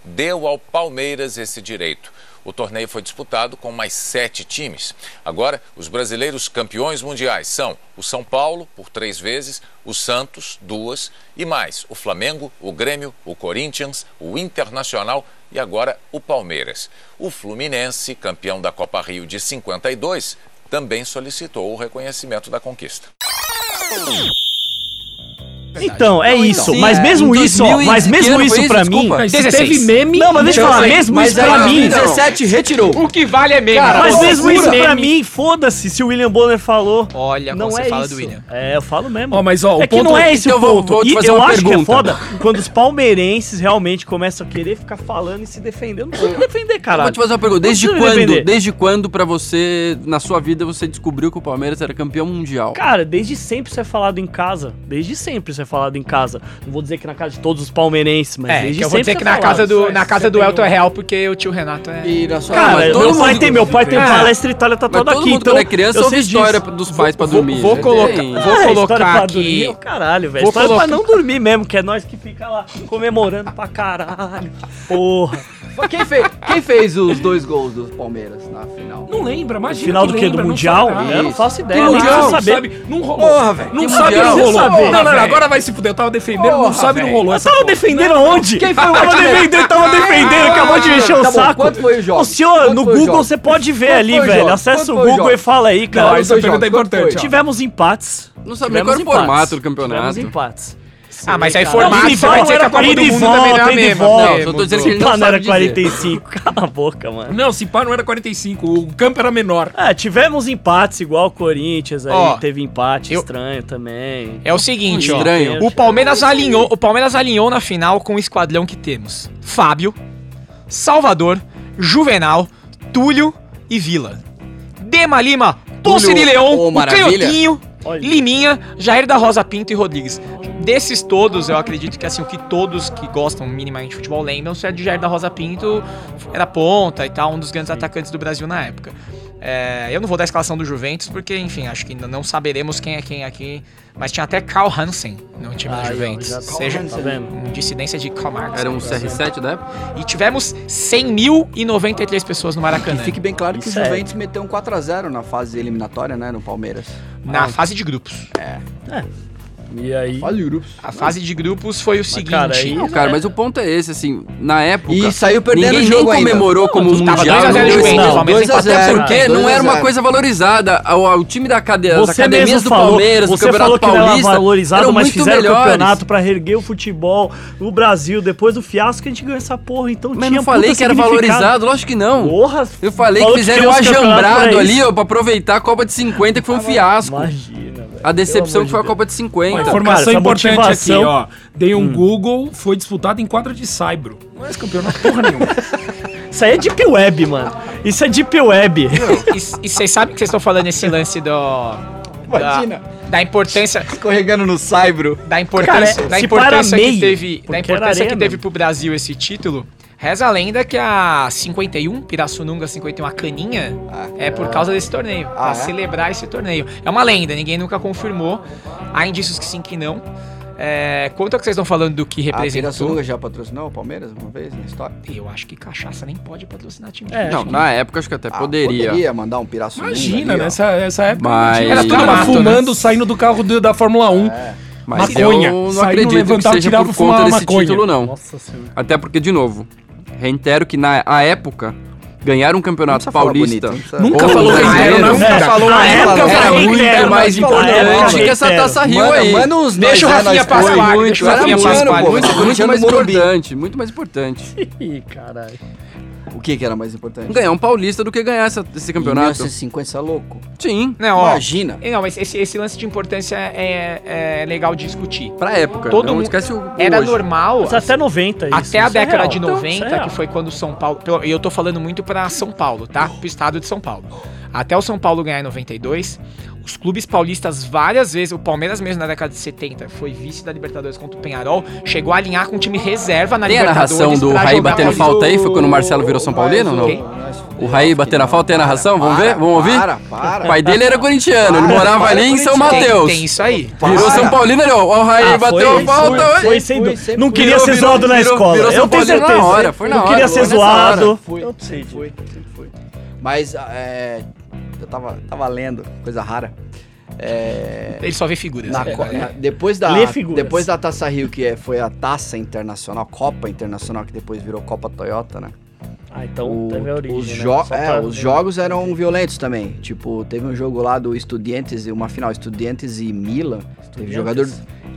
S9: deu ao Palmeiras esse direito. O torneio foi disputado com mais sete times. Agora, os brasileiros campeões mundiais são o São Paulo, por três vezes, o Santos, duas, e mais o Flamengo, o Grêmio, o Corinthians, o Internacional e agora o Palmeiras. O Fluminense, campeão da Copa Rio de 52, também solicitou o reconhecimento da conquista.
S5: Então, é isso.
S2: Sim,
S5: mas
S2: é.
S5: mesmo
S2: Em
S5: isso,
S2: 2000 e
S5: mas mesmo
S2: que ano foi
S5: isso pra
S2: isso?
S5: mim.
S4: Mas se
S1: 16.
S4: teve meme.
S5: Não, mas deixa eu
S4: então,
S5: falar, mesmo
S3: Mas
S5: isso pra
S3: aí,
S5: mim.
S3: 2017 retirou.
S1: O que vale é meme.
S5: Mas
S1: Pô,
S5: mesmo isso
S1: segura.
S5: pra mim, foda-se se o William Bonner falou.
S1: Olha como
S5: Não
S1: você
S5: é
S1: fala
S5: isso.
S1: do William.
S5: É, eu falo mesmo.
S4: Ó, mas ó, o
S5: é que
S4: ponto-
S5: não é esse
S2: Então
S5: o
S2: eu vou-
S5: ponto.
S2: vou te
S5: e
S2: fazer
S5: eu
S2: uma
S5: acho que é
S2: pergunta.
S5: foda quando os palmeirenses realmente começam a querer ficar falando e se defendendo. Não precisa me defender,
S2: Vou
S5: caralho.
S2: te fazer uma pergunta. Desde
S5: Não precisa me
S2: quando,
S5: defender.
S2: desde quando pra você, na sua vida, você descobriu que o Palmeiras era campeão mundial?
S5: Cara, desde sempre isso é falado em casa. Desde sempre isso é falado em casa. Não vou dizer que na casa de todos os palmeirenses, mas
S1: É,
S5: desde
S1: que eu
S5: sempre
S1: vou dizer
S5: isso
S1: que
S5: é
S1: na
S5: falado.
S1: casa do,
S5: Isso
S1: na
S5: é-
S1: casa do Elton é real, porque o tio Renato é.
S2: E na sua- Ah,
S5: Cara,
S2: mas todo
S5: meu pai
S2: mundo-
S5: tem, meu pai tem
S1: É.
S5: palestra Itália tá
S2: Mas
S5: toda
S2: todo
S5: aqui,
S2: mundo
S5: então.
S2: quando é criança
S5: eu
S2: ouve
S5: sei
S2: história
S5: disso.
S2: dos pais pra
S1: vou-
S2: dormir.
S1: vou
S2: já
S1: colocar-
S2: tem.
S1: vou-
S5: Ah, história
S1: colocar
S5: pra
S1: aqui-
S5: dormir, ô Caralho, velho.
S1: Vou
S5: História
S1: colocar-
S5: pra não dormir mesmo, que é nós que fica lá comemorando pra caralho. Porra.
S3: Mas Quem fez, quem fez os dois gols do Palmeiras na final?
S4: Não lembra, imagina.
S5: Final
S4: que
S5: do quê? Do
S4: lembra, não
S5: Mundial?
S4: sabe nada.
S5: Eu não faço
S4: Que
S5: ideia. nem
S4: mundial,
S5: preciso
S4: não
S5: saber.
S4: sabe, não rolou.
S3: Porra, velho.
S4: Não
S2: Que
S4: sabe,
S2: mundial?
S4: não rolou.
S5: Precisa saber,
S4: não, não, não,
S2: velho.
S4: agora vai se fuder. Eu tava defendendo, não
S3: Porra,
S4: sabe, não
S3: velho.
S4: rolou
S5: Eu
S4: essa
S5: tava
S4: porra.
S5: defendendo aonde?
S3: Quem foi o
S5: tava
S3: artilheiro?
S5: defendendo, tava defendendo, acabou de encher o
S3: Tá bom,
S5: saco.
S3: quanto foi o jogo?
S5: Ô, senhor,
S3: Quanto foi
S5: no
S3: o
S5: Google
S3: jogo?
S5: você pode ver
S3: Quanto
S5: ali,
S3: foi o
S5: velho.
S3: jogo?
S5: Acessa
S3: Quanto
S5: o
S3: foi o
S5: Google
S3: jogo?
S5: e fala aí,
S4: Não,
S5: cara.
S4: essa pergunta é importante. ó.
S5: Tivemos empates.
S2: Não sabe nem
S5: Tivemos
S2: qual era o formato do
S5: Tivemos
S2: campeonato.
S5: empates.
S1: Ah, mas aí
S5: cara.
S1: formato,
S5: Não,
S1: você vai dizer que a Copa
S5: ida
S1: do
S5: e
S1: Mundo também não é
S5: volta,
S1: a
S5: ida e
S1: mesma.
S5: volta.
S1: né?
S2: Não, eu tô dizendo
S1: Mudou.
S2: que ele
S5: Pá,
S2: não
S5: não
S2: sabe
S5: era
S2: dizer.
S5: 45. Cala a boca, mano.
S4: Não, se pá, não era 45. O campo era menor.
S5: Ah, tivemos empates igual o Corinthians aí,
S1: Ó,
S5: teve empate
S1: eu-
S5: estranho também.
S1: É o seguinte, ó.
S2: Estranho.
S1: O Palmeiras alinhou, o Palmeiras alinhou na final com o esquadrão que temos: Fábio, Salvador, Juvenal, Túlio e Vila. Dema Lima, Ponce
S2: Túlio,
S1: de Leão,
S2: ô,
S1: o
S2: maravilha.
S1: Canhotinho,
S5: Olha.
S1: Liminha, Jair da Rosa Pinto e Rodrigues. Desses todos, eu acredito que assim, o que todos que gostam minimamente de futebol lembram é de Jair da Rosa Pinto, era ponta e tal, um dos grandes atacantes do Brasil na época. É, eu não vou dar a escalação do Juventus, porque, enfim, acho que ainda não saberemos quem é quem aqui. Mas tinha até Carl Hansen no time do
S5: Aí, ó,
S1: Juventus.
S5: já tá-
S1: seja
S5: tá vendo?
S1: um dissidência de Karl Marx.
S2: Era um CR7 da época?
S1: E tivemos 100.093 pessoas no
S3: Que
S1: Maracanã.
S3: fique bem claro que
S5: Isso
S3: o
S5: é.
S3: Juventus meteu um 4x0 na fase eliminatória, né? No Palmeiras.
S1: Na fase de grupos.
S5: E aí.
S3: Olha o grupos.
S1: A fase de grupos foi o seguinte.
S5: cara, aí-
S2: Não, cara, mas o ponto é esse, assim, na época.
S3: E saiu perdendo
S2: ninguém
S3: o jogo
S2: nem
S3: ainda.
S2: comemorou como um
S1: tava
S2: mundial.
S1: 2x0
S2: não deu
S1: Juventus,
S2: esse-
S1: o Palmeiras
S3: 2 a 0,
S1: empatou por
S2: Porque não
S3: 2 a
S2: era uma
S3: 0.
S2: coisa valorizada. O, o time da academia, das
S5: Você mesmo
S2: academias do
S5: falou,
S2: Palmeiras, do
S5: você
S2: Campeonato
S5: falou que não era
S2: Paulista,
S5: valorizado,
S2: eram
S5: mas
S2: muito
S5: fizeram
S2: melhores.
S5: campeonato pra reerguer o futebol, o Brasil, depois do fiasco que a gente ganhou essa porra, então
S2: Mas
S5: tinha
S2: não falei
S5: puta
S2: que era
S5: significado.
S2: valorizado, lógico que não.
S5: Porra,
S2: Eu falei
S5: falou
S2: que fizeram um
S5: tinha uns campeonatos
S2: ajambrado
S5: pra
S2: ali,
S5: isso.
S2: ó, pra aproveitar a Copa de 50, que foi um fiasco.
S5: Imagina, velho.
S2: A decepção
S5: Pelo
S2: que foi a
S5: amor de
S2: Copa de
S4: Uma
S2: 50.
S5: cara,
S4: informação
S5: essa
S4: importante
S5: motivação-
S4: aqui, ó. Dei um Google, foi disputado em quadra de saibro. Não é esse campeonato porra nenhuma.
S5: Deus. Isso aí é Deep Web, mano. Isso é Deep Web.
S1: E e vocês sabem que vocês estão falando esse lance do. Da,
S3: Imagina.
S1: da importância.
S3: Escorregando no Saibro.
S1: Da importância,
S5: Cara, é-
S1: da
S5: se
S1: importância
S5: para
S1: que
S5: meio,
S1: teve. Da
S5: porque era
S1: importância que
S5: areia,
S1: teve
S5: mano.
S1: pro Brasil esse título. Reza a lenda que a 51, Pirassununga 51, a caninha,
S5: Ah.
S1: é por causa desse torneio. pra
S3: é?
S1: celebrar esse torneio. É uma lenda, ninguém nunca confirmou. Há indícios que sim, que não. É, quanto é que vocês estão falando do que
S5: Ah,
S3: A
S1: representou?
S3: Pirassununga já patrocinou o Palmeiras uma vez na história?
S1: Eu acho que cachaça nem pode patrocinar time. de
S5: É,
S2: Não, na época acho que até
S3: Ah,
S2: poderia.
S3: Poderia mandar um Pirassununga.
S4: Imagina,
S3: ali,
S1: né?
S3: ó.
S4: nessa essa época.
S2: Mas-
S4: imagina,
S2: Era
S4: Os
S2: tudo
S4: caras
S1: mato,
S4: fumando, saindo do carro do- da Fórmula 1.
S2: Mas
S4: Maconha.
S2: eu não
S4: Saiu,
S2: acredito que
S4: levantava,
S2: seja
S4: tirava,
S2: por conta
S4: fumava
S2: desse
S4: maconha.
S2: título, não.
S5: Nossa senhora.
S2: Até porque, de novo, reitero que na a época, ganhar um campeonato paulista...
S4: Nunca
S2: Ou
S4: falou
S2: um
S4: que
S2: brasileiro,
S4: era, não.
S5: É,
S3: falou
S5: na
S3: nada,
S5: época
S2: Era
S3: falou
S5: eu
S3: nada.
S5: falei que
S2: muito
S5: era
S2: mais
S5: nós falando,
S3: na
S2: importante
S5: época
S2: que essa
S5: reitero.
S2: Taça Rio
S3: Mano,
S2: aí.
S3: mano, os
S1: Deixa o
S3: nós é,
S1: Rafinha
S3: nós
S1: passar,
S3: foi
S1: deixa
S3: muito,
S1: o
S3: era
S1: Rafinha
S3: muito,
S1: passar,
S3: pô,
S1: muito,
S3: era
S2: muito
S3: muito
S2: mais
S3: Morumbi.
S2: importante, muito mais importante.
S5: Ih, caralho.
S3: O que que era mais importante?
S2: Ganhar um paulista do que ganhar essa- esse campeonato.
S3: 1950, você é louco?
S2: Sim,
S1: Não, ó.
S3: Imagina.
S1: É, Não, mas esse, esse lance de importância é, é legal de discutir.
S2: pra época.
S1: Todo
S2: não
S1: mundo-
S2: esquece o, o
S1: Era
S2: hoje.
S1: normal.
S5: Mas até 90 isso.
S1: Até a
S5: isso é
S1: década
S5: real.
S1: de
S5: Então, isso
S1: 90,
S5: é real.
S1: que foi quando o São Paulo. pelo- E eu tô falando muito pra São Paulo, tá? Pro estado de São Paulo. Até o São Paulo ganhar em 92, os clubes paulistas várias vezes, o Palmeiras mesmo na década de 70, foi vice da Libertadores contra o Penharol, chegou a alinhar com o time reserva na
S2: Tem a
S1: Libertadores.
S2: narração do
S1: pra
S2: Raí
S1: jogar
S2: batendo
S1: Paulista.
S2: falta aí? Foi quando o Marcelo virou São Paulino ou não?
S1: Quem?
S2: O Raí batendo a falta tem a narração? Vamos ver?
S3: Para,
S2: Vamos ouvir?
S3: Para, para.
S2: O pai dele era corintiano, ele
S3: Para,
S2: morava
S3: para,
S2: ali em São
S1: Tem-
S2: Mateus.
S1: Tem isso aí.
S2: Virou
S3: Para.
S2: São Paulino, olha, ó, o Raí
S5: Ah,
S2: bateu
S5: foi,
S2: a falta.
S5: foi,
S2: olha.
S5: foi sem
S3: Foi,
S5: dúvida.
S3: sempre
S5: Não
S3: foi.
S5: queria ser
S2: Virou,
S5: zoado na
S2: virou,
S5: escola.
S2: virou São
S5: Eu tenho
S2: Paulino na
S5: certeza.
S2: hora, foi na
S5: Não
S2: hora,
S5: queria
S2: foi
S5: ser
S2: nessa hora.
S5: zoado.
S3: Foi,
S5: Eu sei disso.
S3: foi, sempre foi. Mas, é, eu tava, tava lendo, coisa rara. É,
S1: Ele só vê figuras.
S3: na
S1: né?
S3: co- na- depois, da,
S5: Lê figuras.
S3: depois da Taça Rio, que é- foi a Taça Internacional, Copa Internacional, que depois virou Copa Toyota, né?
S5: Ah, então
S3: O-
S5: teve a origem.
S3: os,
S5: né?
S3: jo-
S5: Só
S3: é,
S5: pra-
S3: os jogos eram violentos também. Tipo, teve um jogo lá do Estudiantes, e uma final Estudiantes e Milan. Teve
S5: Estudiantes.
S3: jogador,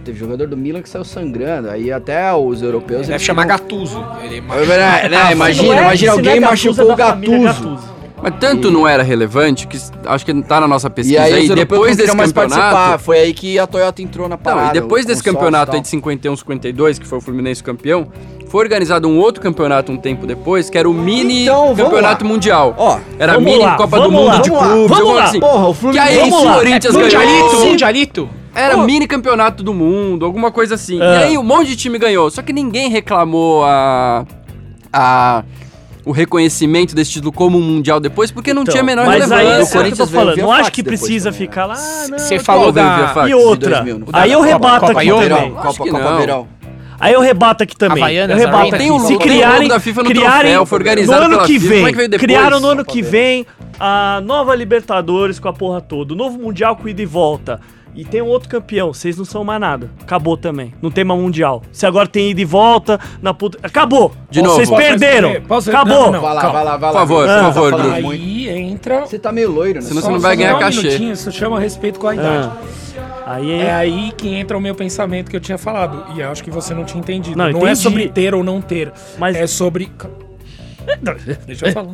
S3: teve jogador do Milan que saiu sangrando. Aí até os europeus...
S1: Ele
S3: eles
S1: deve chamar
S3: queriam-
S1: Gatuso. Ele
S3: É, né, imagina,
S5: Se é não é-
S3: imagina
S5: se não é
S3: alguém
S5: Gattuso,
S3: machucou
S5: é
S3: o
S5: da família
S3: Gatuso.
S2: Mas tanto não era relevante que s- acho que tá na nossa
S3: E
S2: pesquisa
S3: aí,
S2: aí.
S3: os europeus
S2: depois
S3: não queriam
S2: desse
S3: é mais participar.
S2: campeonato.
S3: Foi aí que a Toyota entrou na parada.
S2: Não, e depois
S3: o
S2: desse
S3: consórcio
S2: campeonato
S3: e
S2: aí de 51, 52, que foi o Fluminense campeão, foi organizado um outro campeonato um tempo depois, que era o mini
S3: Então, vamos
S2: campeonato
S3: lá.
S2: mundial.
S3: Ó,
S2: era
S5: vamos
S2: mini
S5: lá,
S2: Copa do
S5: vamos
S2: Mundo
S5: lá,
S2: de
S5: vamos lá,
S2: clubes,
S5: vamos
S2: alguma
S5: lá.
S2: coisa assim.
S3: Porra, o
S2: que aí
S3: Vamos
S2: o
S5: lá,
S2: Corinthians
S1: Mundialito,
S2: ganhou.
S1: Mundialito.
S2: Era mini campeonato do mundo, alguma coisa assim. E
S5: Ah.
S2: aí um monte de time ganhou, só que ninguém reclamou a a o reconhecimento desse título como um mundial depois, porque não
S5: Então,
S2: tinha a menor
S5: mas aí, é o
S2: relevância.
S5: que eu tô
S3: Corinthians veio
S5: falando.
S3: via
S5: Não acho
S3: fax
S5: que
S3: depois
S5: precisa
S3: também, né?
S5: ficar lá, ah, não.
S1: Você
S5: eu tô-
S1: falou
S2: Qual veio
S1: da-
S2: via fax?
S5: E
S2: Em
S5: outra.
S3: 2000, não
S5: Aí eu
S1: Copa-
S5: rebato
S1: Copa
S5: aqui
S1: Iowa?
S5: também.
S3: Verão,
S2: Acho
S3: Copa,
S2: que
S3: Copa
S2: não.
S3: Verão.
S5: Aí eu rebato aqui também.
S1: Havaianas,
S5: eu rebato
S1: Havaianas.
S5: aqui.
S1: Tem o
S5: Se
S1: logo-
S2: tem o
S5: criarem,
S2: logo da FIFA no
S5: criarem
S2: troféu, foi
S5: no
S2: organizado
S5: ano
S2: pela
S5: que
S2: FIFA.
S5: vem,
S2: Como é que veio depois?
S5: criaram no ano que vem a nova Libertadores com a porra toda, o novo Mundial com ida e volta. E tem um outro campeão, vocês não são mais nada. Acabou também. Não tem mais mundial. Se agora tem ida e volta, na puta. Acabou!
S2: De
S5: Vocês
S2: novo.
S5: perderam!
S4: Posso- posso-
S5: Acabou!
S4: não, não.
S3: Vai lá,
S4: Calma.
S3: vai lá, vai lá.
S2: Por favor,
S5: Ah,
S2: por favor,
S3: tá
S2: Bruno.
S3: falando-
S4: Aí entra.
S3: Você tá meio loiro, né?
S2: Senão
S4: Só-
S2: você não vai
S4: só
S2: ganhar
S4: dá um
S2: cachê.
S4: minutinho, Isso chama respeito com a idade.
S5: Ah, aí
S4: É
S5: é.
S4: aí que entra o meu pensamento que eu tinha falado. E acho que você não tinha entendido.
S5: Não,
S4: Não, é
S5: entendi.
S4: sobre ter ou não ter.
S5: Mas-
S4: É sobre. Deixa eu falar.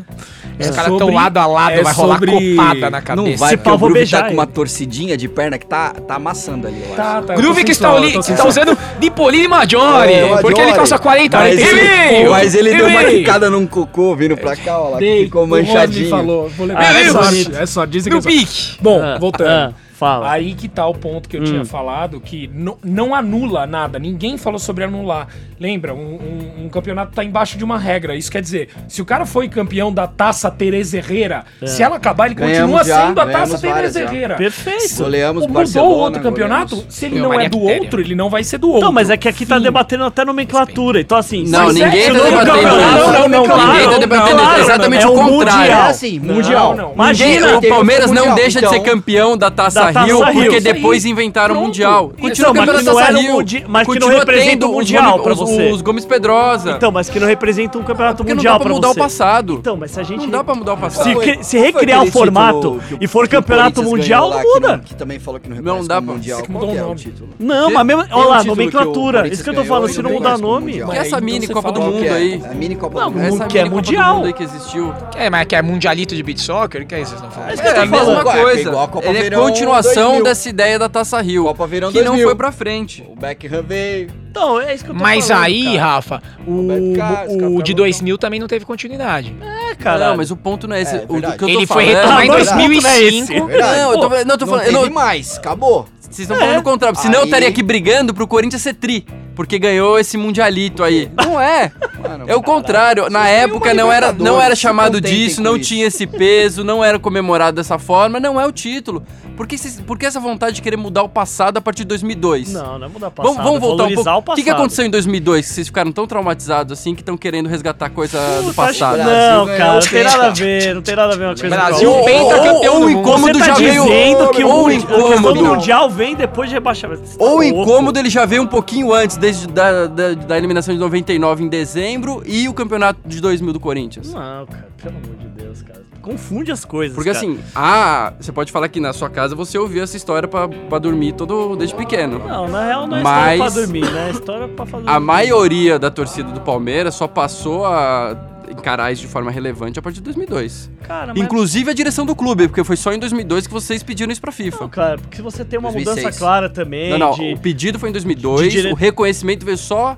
S4: É
S1: Os caras tão lado a lado, vai rolar copada na cabeça.
S3: Não vai,
S5: Se
S3: porque
S5: pá,
S3: o
S5: vou
S3: Groove
S5: beijar
S3: tá com
S5: ele.
S3: uma torcidinha de perna que tá, tá amassando ali, eu
S4: Tá,
S3: acho.
S4: tá, eu tô
S1: Groove que está,
S4: sensual, eu
S1: ali,
S4: tô
S1: que está
S4: sensual.
S1: usando Dipolini Maggiore,
S3: É, o
S1: porque ele
S3: Maggiore.
S1: calça 40,
S3: Mas
S1: eu errei,
S3: ele, mas ele
S1: eu
S3: deu uma
S1: errei.
S3: quicada num cocô vindo pra cá, ó lá,
S4: Dei,
S3: ficou
S4: o Rony
S3: manchadinho.
S4: falou. Vou levar.
S1: Ah,
S4: é
S1: eu-
S4: sorte, é sorte. Dizem que é
S1: No
S4: sorte.
S1: um pique.
S4: Bom,
S5: Ah,
S4: voltando.
S5: ah. Fala. Hum.
S4: Aí que tá o ponto que eu tinha falado, que no- não anula nada. Ninguém falou sobre anular. Lembra, um, um- um campeonato tá embaixo de uma regra. Isso quer dizer, se o cara foi campeão da taça Tereza Herrera, se ela acabar, ele
S3: Ganhamos
S4: continua
S3: já,
S4: sendo a
S3: ganhamos
S4: taça
S3: várias
S4: Tereza
S3: já.
S4: Herrera.
S5: É. Perfeito.
S3: Goleamos
S4: Mudou
S3: Barcelona.
S4: o outro campeonato?
S3: goleamos.
S4: Se ele
S1: Meu,
S4: não é
S1: Maria
S4: do
S1: Quitéria.
S4: outro, ele não vai ser do outro.
S5: Não, mas é que aqui tá
S4: Fim.
S5: debatendo até nomenclatura. Então, assim.
S2: Não,
S5: mas
S2: ninguém
S5: é
S2: tá
S5: que não-
S2: debatendo
S5: não,
S2: isso.
S5: Não, não, não,
S2: Ninguém
S5: claro,
S2: tá debatendo
S5: claro,
S2: isso, é exatamente
S5: é
S2: o contrário.
S5: Mundial.
S3: É assim,
S4: Não,
S5: mundial.
S4: não.
S2: Ninguém-
S5: Imagina.
S2: o Palmeiras
S3: Mundial,
S2: não deixa de ser
S3: então.
S2: campeão da Taça,
S5: Da Taça
S2: Rio,
S5: Rio.
S2: porque
S5: Isso
S4: aí.
S2: depois inventaram o
S4: Pronto.
S2: Mundial.
S4: Então,
S2: Continua o
S5: mas
S2: campeão
S5: que
S2: da
S5: não
S2: Taça
S5: era o
S2: Rio.
S5: Mundi- mas que não
S2: Continua
S5: representa
S2: tendo
S5: o
S2: os
S5: Mundial
S2: Gomes-
S5: pra
S2: os-
S5: você.
S2: Os Gomes Pedrosa.
S5: Então, mas que não representa um campeonato
S2: porque não
S5: mundial
S2: dá pra
S5: pra
S2: mudar
S5: você.
S2: o passado.
S5: Então, mas se a gente.
S2: Não dá pra mudar o
S5: Se,
S2: passado.
S3: Foi-
S5: cre- se
S3: foi
S5: recriar o
S3: aquele
S5: formato
S3: título que o-
S5: e for
S3: que o
S5: campeonato
S3: Corinthians
S5: mundial,
S3: ganhou
S5: não
S3: lá,
S5: muda.
S3: Que, não- que também falou que não
S2: Não
S3: reconhece
S2: dá
S3: como
S2: pra-
S3: mundial.
S4: Você
S3: Qual
S4: mudou
S3: que
S4: o
S3: é o
S4: nome.
S3: título?
S5: Não,
S2: Tem-
S5: mas mesmo.
S3: um
S5: Olha lá,
S3: título que o
S5: nomenclatura.
S3: Corinthians
S5: Isso que eu tô
S3: ganhou,
S5: falando,
S3: ele
S5: se não
S3: não
S5: mudar
S3: conhece como
S5: nome.
S3: mundial.
S2: Que essa
S4: Então
S2: mini
S4: você
S2: Copa do
S4: falou
S3: Qual que
S2: Mundo
S3: é?
S2: aí.
S3: A mini Copa do
S5: Não,
S3: Mundo.
S2: Essa
S5: que é
S2: mini Copa do
S5: mundial.
S2: Mundo aí que existiu.
S1: É, mas que é mundialito de beat soccer? O que é isso que vocês estão falando?
S5: que eu
S2: É
S5: tô
S2: a mesma
S5: falando.
S3: Ué,
S2: coisa.
S3: igual a Copa
S2: Ele é
S3: Verão
S2: continuação
S3: 2000.
S2: dessa ideia da Taça Rio.
S3: Copa Verão
S2: que não
S3: 2000.
S2: foi pra frente.
S3: O Beckham veio.
S5: Então, é isso que eu tô
S1: Mas
S5: falando.
S1: aí,
S5: cara.
S1: Rafa, o,
S3: Roberto Carlos,
S1: o
S3: Capitão
S1: de 2000 também não teve continuidade.
S5: É, cara.
S2: Não, mas o ponto não é esse.
S3: É,
S2: O- o,
S3: verdade.
S2: que eu tô
S1: Ele foi
S2: falando.
S1: retomar em
S5: Mas o ponto não é
S1: 2005.
S5: esse.
S3: Verdade.
S2: Não, eu tô, falando- não, eu tô
S3: Não
S2: falando. eu
S3: teve
S2: não-
S3: mais, acabou.
S2: vocês estão falando o contrário. Senão eu
S3: Aí-
S2: estaria aqui brigando pro Corinthians ser tri. Porque ganhou esse mundialito aí. Não é.
S3: Mano,
S2: É o contrário. Na
S3: Vocês
S2: época
S3: ganham
S2: não
S3: uma
S2: era,
S3: Libertadores,
S2: não era
S3: se
S2: chamado
S3: contentem
S2: disso,
S3: com
S2: não
S3: isso.
S2: tinha esse peso, não era comemorado dessa forma, não é o título. Por que, vocês- por que essa vontade de querer mudar o passado a partir de 2002?
S5: Não, não é mudar passado.
S2: Vamos, vamos voltar um
S5: valorizar
S2: pouco. O que, que
S5: passado.
S2: aconteceu em 2002? Que vocês ficaram tão traumatizados assim que estão querendo resgatar coisa do
S5: Puta, acho que-
S2: passado.
S5: Não,
S3: Brasil ganhou
S5: cara, não
S3: o
S5: tem nada a
S3: Penta.
S5: ver, não tem nada a ver uma coisa
S1: Brasil
S5: com a outra.
S1: bem
S2: ou-
S1: campeão
S2: ou
S1: do
S2: o é
S1: mundo.
S2: incômodo
S5: Você tá
S2: já veio.
S5: dizendo que
S2: ou
S5: o
S2: o
S5: incômodo.
S2: incômodo.
S5: mundial vem depois de rebaixamento. Você tá
S2: Ou o
S5: louco.
S2: incômodo ele já veio um pouquinho antes, desde da, da, da eliminação de 99 em dezembro e o campeonato de 2000 do Corinthians.
S5: Não, cara, pelo amor de Deus, cara. Confunde as coisas.
S2: Porque
S5: cara.
S2: assim, ah, você pode falar que na sua casa você ouviu essa história pra, pra dormir todo desde pequeno.
S5: Não, na real não é
S2: Mas-
S5: história pra dormir, né? É história pra fazer.
S2: A maioria da torcida do Palmeiras só passou a encarar isso de forma relevante a partir de 2002.
S5: Cara, mas.
S2: Inclusive a direção do clube, porque foi só em 2002 que vocês pediram isso pra
S5: Não,
S2: FIFA.
S5: cara, porque se você tem uma
S3: 2006.
S5: mudança clara também.
S2: Não, não,
S5: de-
S2: o pedido foi em 2002,
S5: de dire-
S2: o reconhecimento veio só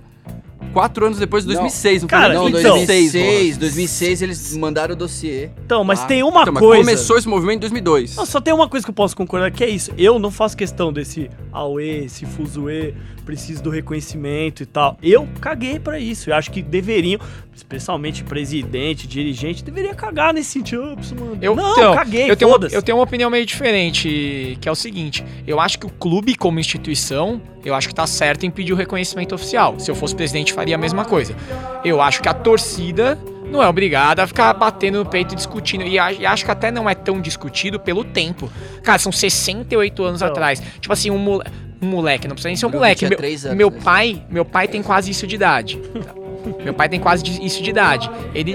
S2: quatro anos depois, de 2006. Não, foi
S5: Cara,
S3: Não,
S2: nem
S5: então-
S3: 2006, 2006 eles mandaram o dossiê.
S5: Então, mas
S3: Ah,
S5: tem uma
S2: Então, mas
S5: coisa.
S2: começou esse movimento em 2002.
S5: Não, só tem uma coisa que eu posso concordar, que é isso. Eu não faço questão desse Aue, esse Fuzue, preciso do reconhecimento e tal. Eu caguei pra isso. Eu acho que deveriam, especialmente presidente, dirigente, deveria cagar nesse sentido. Eu preciso mandar.
S1: Eu,
S5: não,
S1: então,
S5: caguei,
S1: eu tenho, uma,
S5: foda-se.
S1: eu tenho uma opinião meio diferente, que é o seguinte: eu acho que o clube, como instituição, eu acho que tá certo em pedir o reconhecimento oficial. Se eu fosse presidente, faria a mesma coisa. Eu acho que a torcida não é obrigada a ficar batendo no peito e discutindo. E a- e acho que até não é tão discutido pelo tempo. Cara, são 68 anos
S5: Então.
S1: atrás. Tipo assim, um, mole- um moleque, não precisa nem ser um
S3: Bruno
S1: moleque.
S3: tinha
S1: Meu,
S3: três anos,
S1: meu
S3: né?
S1: pai, meu pai tem quase isso de idade. Meu pai tem quase de- isso de idade. Ele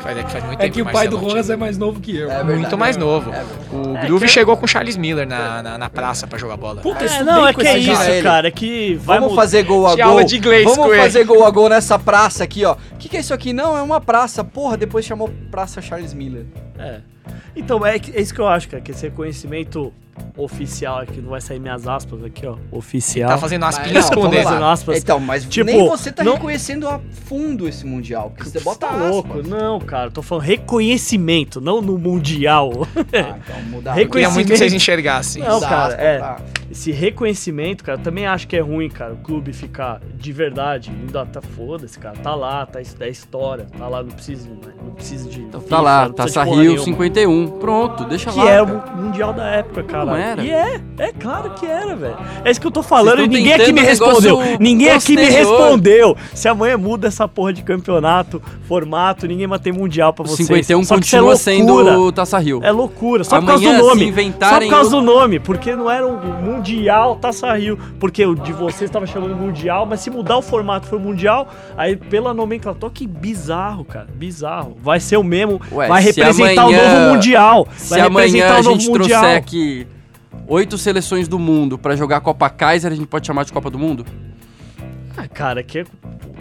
S1: faz, é que faz muito
S4: É
S1: tempo
S4: que o pai
S1: Marcelo
S4: do
S1: tinha-
S4: Rojas é mais novo que eu.
S3: É verdade.
S1: muito mais novo. o Groove
S5: que-
S1: chegou com o Charles Miller na, na, na praça pra jogar bola.
S4: Puta,
S5: É,
S4: estudei
S5: não, é
S4: com
S5: que é
S4: esse
S5: isso,
S4: cara.
S3: cara, ele.
S5: cara. É que vai
S3: Vamos
S5: mudar.
S3: fazer gol a
S1: Tinha aula
S3: gol.
S1: de inglês com
S3: Vamos
S1: ele.
S3: fazer gol a gol nessa praça aqui, ó. O que, que é isso aqui? Não, é uma praça. Porra, depois chamou Praça Charles Miller.
S5: É. Então, é, que- é isso que eu acho, cara, que esse reconhecimento oficial aqui, não vai sair minhas aspas aqui, ó. Oficial.
S1: Tá fazendo as
S3: Mas
S1: pilhas
S3: não,
S1: com
S5: vamos
S1: ele.
S5: lá. aspas.
S3: Então, mas
S5: Tipo,
S3: nem você tá
S5: não-
S3: reconhecendo a fundo esse Mundial. Porque você bota
S5: tá
S3: aspas.
S5: louco? Não, cara, tô falando reconhecimento, não no mundial.
S3: Ah, então mudaram.
S1: Queria muito que vocês
S5: Conhecimento.
S1: enxergassem.
S5: Não, cara,
S3: Aspas,
S5: é.
S3: tá.
S5: Esse reconhecimento, cara, eu também acho que é ruim, cara. O clube ficar de verdade, indo até foda-se, cara. Tá lá, tá isso da história, tá lá, não precisa, não precisa de.
S2: Então,
S5: FIFA,
S2: tá lá,
S5: não precisa de
S2: Taça
S5: porra
S2: Rio
S5: nenhuma.
S2: 51. Pronto, deixa
S5: Que
S2: lá.
S5: era
S2: cara.
S5: o mundial da época, cara.
S2: Não era?
S5: E é, é claro que era, velho. É isso que eu tô falando
S2: Vocês
S5: e
S2: tão
S5: ninguém aqui me
S2: tentando um
S5: respondeu.
S2: negócio
S5: Ninguém aqui me
S2: posterior.
S5: respondeu. Se amanhã muda essa porra de campeonato, formato, ninguém vai ter mundial pra
S2: O
S5: vocês.
S2: 51
S5: Só que isso é
S2: continua
S5: loucura.
S2: sendo Taça Rio.
S5: É loucura, só por
S2: Amanhã,
S5: causa do nome.
S2: se inventarem um-
S5: Só por causa
S2: o-
S5: do nome, porque não era um Mundial Taça Rio. Porque o de vocês tava chamando Mundial, mas se mudar o formato for Mundial, aí pela nomenclatura, que bizarro, cara. Bizarro. Vai ser o mesmo.
S2: Ué,
S5: vai
S2: se
S5: representar o
S2: amanhã-
S5: novo Mundial.
S2: Se
S5: Vai representar
S2: amanhã a
S5: o novo
S2: gente
S5: Mundial.
S2: trouxer aqui oito seleções do mundo pra jogar a Copa Kaiser, a gente pode chamar de Copa do Mundo?
S5: Ah, cara, que é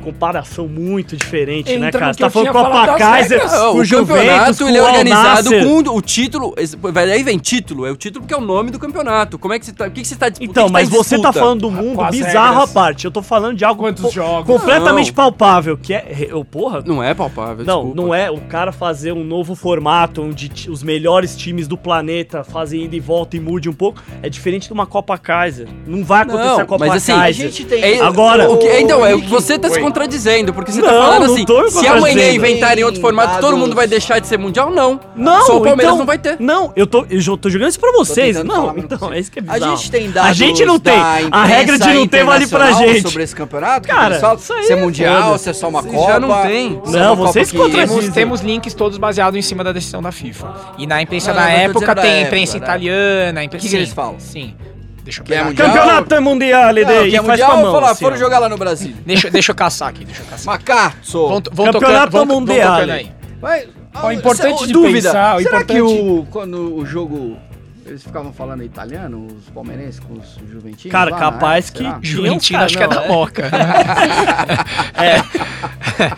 S5: comparação muito diferente, né,
S4: Entra
S5: cara?
S4: no
S5: Você
S4: que
S5: tá
S4: eu
S5: falando
S4: tinha
S5: Copa
S4: falado das
S5: Kaiser,
S4: regras.
S2: Ah,
S5: o,
S2: o
S5: Juventus,
S2: campeonato
S5: com
S2: ele é
S5: o Al
S2: organizado
S5: Nassr.
S2: com o título. esse- Aí vem título, é o título que é o nome do campeonato. Como é que você tá. O que, que você tá disputando?
S5: Então, mas você tá falando do mundo
S4: com as
S5: bizarro à
S4: regras.
S5: parte. Eu tô falando de algo
S4: Quantos
S5: co-
S4: jogos?
S5: completamente
S2: Não.
S5: palpável, que é. Eu, porra,
S2: Não é palpável.
S5: Não,
S2: desculpa.
S5: não é o cara fazer um novo formato onde ti- os melhores times do planeta fazem ida e volta e mude um pouco. É diferente de uma Copa Kaiser. Não vai acontecer
S2: Não,
S5: a Copa
S2: mas assim,
S5: Kaiser.
S2: a
S7: gente tem-
S2: É,
S5: Agora-
S2: o que- então, é o que
S7: Oi.
S2: você tá se contradizendo, porque você tá
S5: um Não,
S2: falando
S5: não
S2: assim:
S5: tô me
S2: se amanhã
S5: contradizendo.
S2: inventarem outro formato, todo
S7: Dados.
S2: mundo vai deixar de ser mundial? Não.
S5: Não,
S2: Só o Palmeiras
S5: então-
S2: não vai ter.
S5: Não, eu tô, eu jo- tô jogando isso pra vocês.
S3: tentando
S5: Não,
S3: falar, mas não
S5: então,
S3: consigo.
S5: é isso que é
S3: A
S5: bizarro.
S3: gente tem dados
S5: A gente não tem.
S3: da
S5: A regra de
S3: imprensa
S5: não ter vale pra
S3: internacional
S5: gente.
S3: sobre esse campeonato,
S5: Cara,
S3: cara, eles falam
S5: isso aí
S3: se é
S5: é
S3: mundial,
S5: foda.
S3: se é só uma
S2: Vocês
S3: copa.
S2: já não tem.
S3: se é
S5: Não,
S3: uma Copa
S5: vocês
S3: que-
S5: contradizem.
S1: Temos,
S5: Dizem.
S1: temos links todos baseados em cima da decisão da FIFA. E na imprensa
S3: Não,
S1: da
S3: não, Ah, eu tô
S1: época
S3: dizendo da
S1: tem a
S3: época,
S1: imprensa
S3: né?
S1: italiana, a imprensa...
S3: O que que
S1: sim,
S3: eles falam?
S1: Sim. Deixa eu
S3: Que é
S1: pegar aqui.
S3: mundial.
S5: Campeonato Mundial,
S3: Não,
S5: Lede,
S3: que é
S5: e faz com a
S3: mundial,
S5: mão.
S3: falar,
S5: assim, ó.
S3: foram jogar lá no Brasil.
S1: Deixa, deixa eu caçar aqui, deixa eu caçar.
S3: Macaço.
S1: Vão, vão
S5: Campeonato
S1: tocando, vão, vão
S5: Mundial.
S1: tocando aí.
S3: Mas,
S2: Ah, é
S4: Ó, importante de
S3: dúvida.
S4: pensar, o
S3: será que
S4: importante-
S3: o, quando o jogo... Eles ficavam falando italiano, os palmeirenses com os juventinos?
S5: Cara,
S3: lá na
S5: capaz
S3: época,
S5: que-
S3: será?
S1: Juventino,
S5: Não,
S1: acho que é
S5: cara,
S1: da
S5: não,
S1: Moca.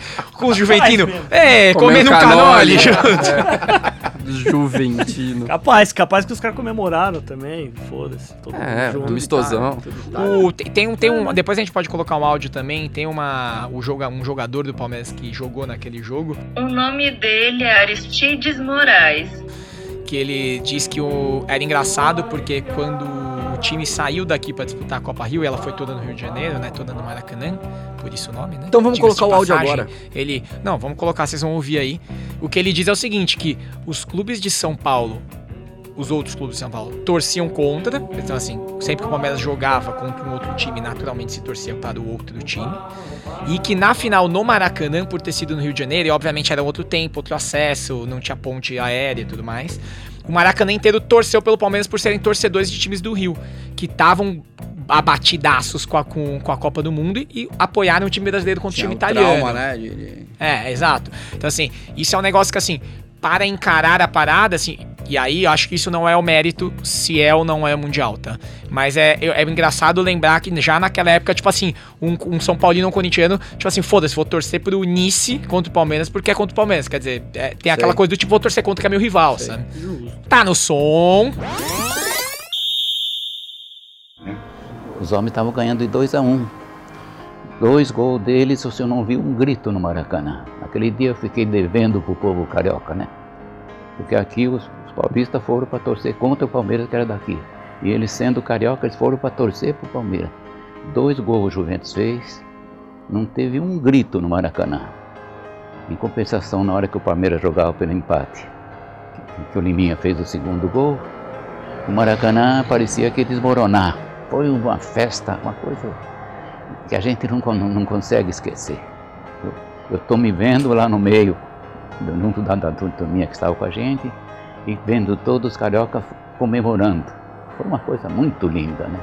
S1: é. Com os Juventino. É, comendo um canole.
S2: Juventino.
S5: Capaz, capaz que os caras comemoraram também. Foda-se. todo
S2: É,
S5: mundo junto.
S2: amistosão.
S3: Tá, né?
S1: O- tem, tem um, tem um, depois a gente pode colocar um áudio também. Tem uma, o joga, um jogador do Palmeiras que jogou naquele jogo.
S8: O nome dele é Aristides Moraes.
S1: que ele diz que o, era engraçado porque quando o time saiu daqui pra disputar a Copa Rio, e ela foi toda no Rio de Janeiro, né? Toda no Maracanã, por isso o nome, né?
S3: Então vamos
S1: Diga-se
S3: colocar
S1: de
S3: o áudio
S1: passagem.
S3: agora.
S1: Ele, não, vamos colocar, vocês vão ouvir aí. O que ele diz é o seguinte, que os clubes de São Paulo os outros clubes de São Paulo torciam contra, então assim, sempre que o Palmeiras jogava contra um outro time, naturalmente se torcia para o outro time, e que na final no Maracanã, por ter sido no Rio de Janeiro, e obviamente era outro tempo, outro acesso, não tinha ponte aérea e tudo mais, o Maracanã inteiro torceu pelo Palmeiras por serem torcedores de times do Rio, que estavam abatidaços com a, com, com a Copa do Mundo e, e apoiaram o time brasileiro contra
S3: Tinha
S1: o time
S3: um
S1: italiano.
S3: trauma, né? de- de-
S1: É, exato. Então, assim, isso é um negócio que, assim, para encarar a parada, assim, e aí eu acho que isso não é o mérito se é ou não é mundial, tá? Mas é, eu- é engraçado lembrar que já naquela época, tipo assim, um, um São Paulino ou um corintiano, tipo assim, foda-se, vou torcer pro Nice contra o Palmeiras porque é contra o Palmeiras. Quer dizer, é, tem aquela coisa do tipo, vou torcer contra que é meu rival, sabe? Tá no som.
S10: Os homens estavam ganhando de 2 a 1. Um. Dois gols deles, se eu não vi um grito no Maracanã. Aquele dia eu fiquei devendo pro povo carioca, né? Porque aqui os, os paulistas foram para torcer contra o Palmeiras, que era daqui. E eles, sendo carioca, eles foram para torcer pro Palmeiras. Dois gols o Juventus fez, não teve um grito no Maracanã. Em compensação, na hora que o Palmeiras jogava pelo empate, que, que o Liminha fez o segundo gol, o Maracanã parecia que ia desmoronar. Foi uma festa, uma coisa que a gente não, con- não consegue esquecer. Eu estou me vendo lá no meio, do- junto da, da tur- turminha que estava com a gente, e vendo todos os cariocas comemorando. Foi uma coisa muito linda, né?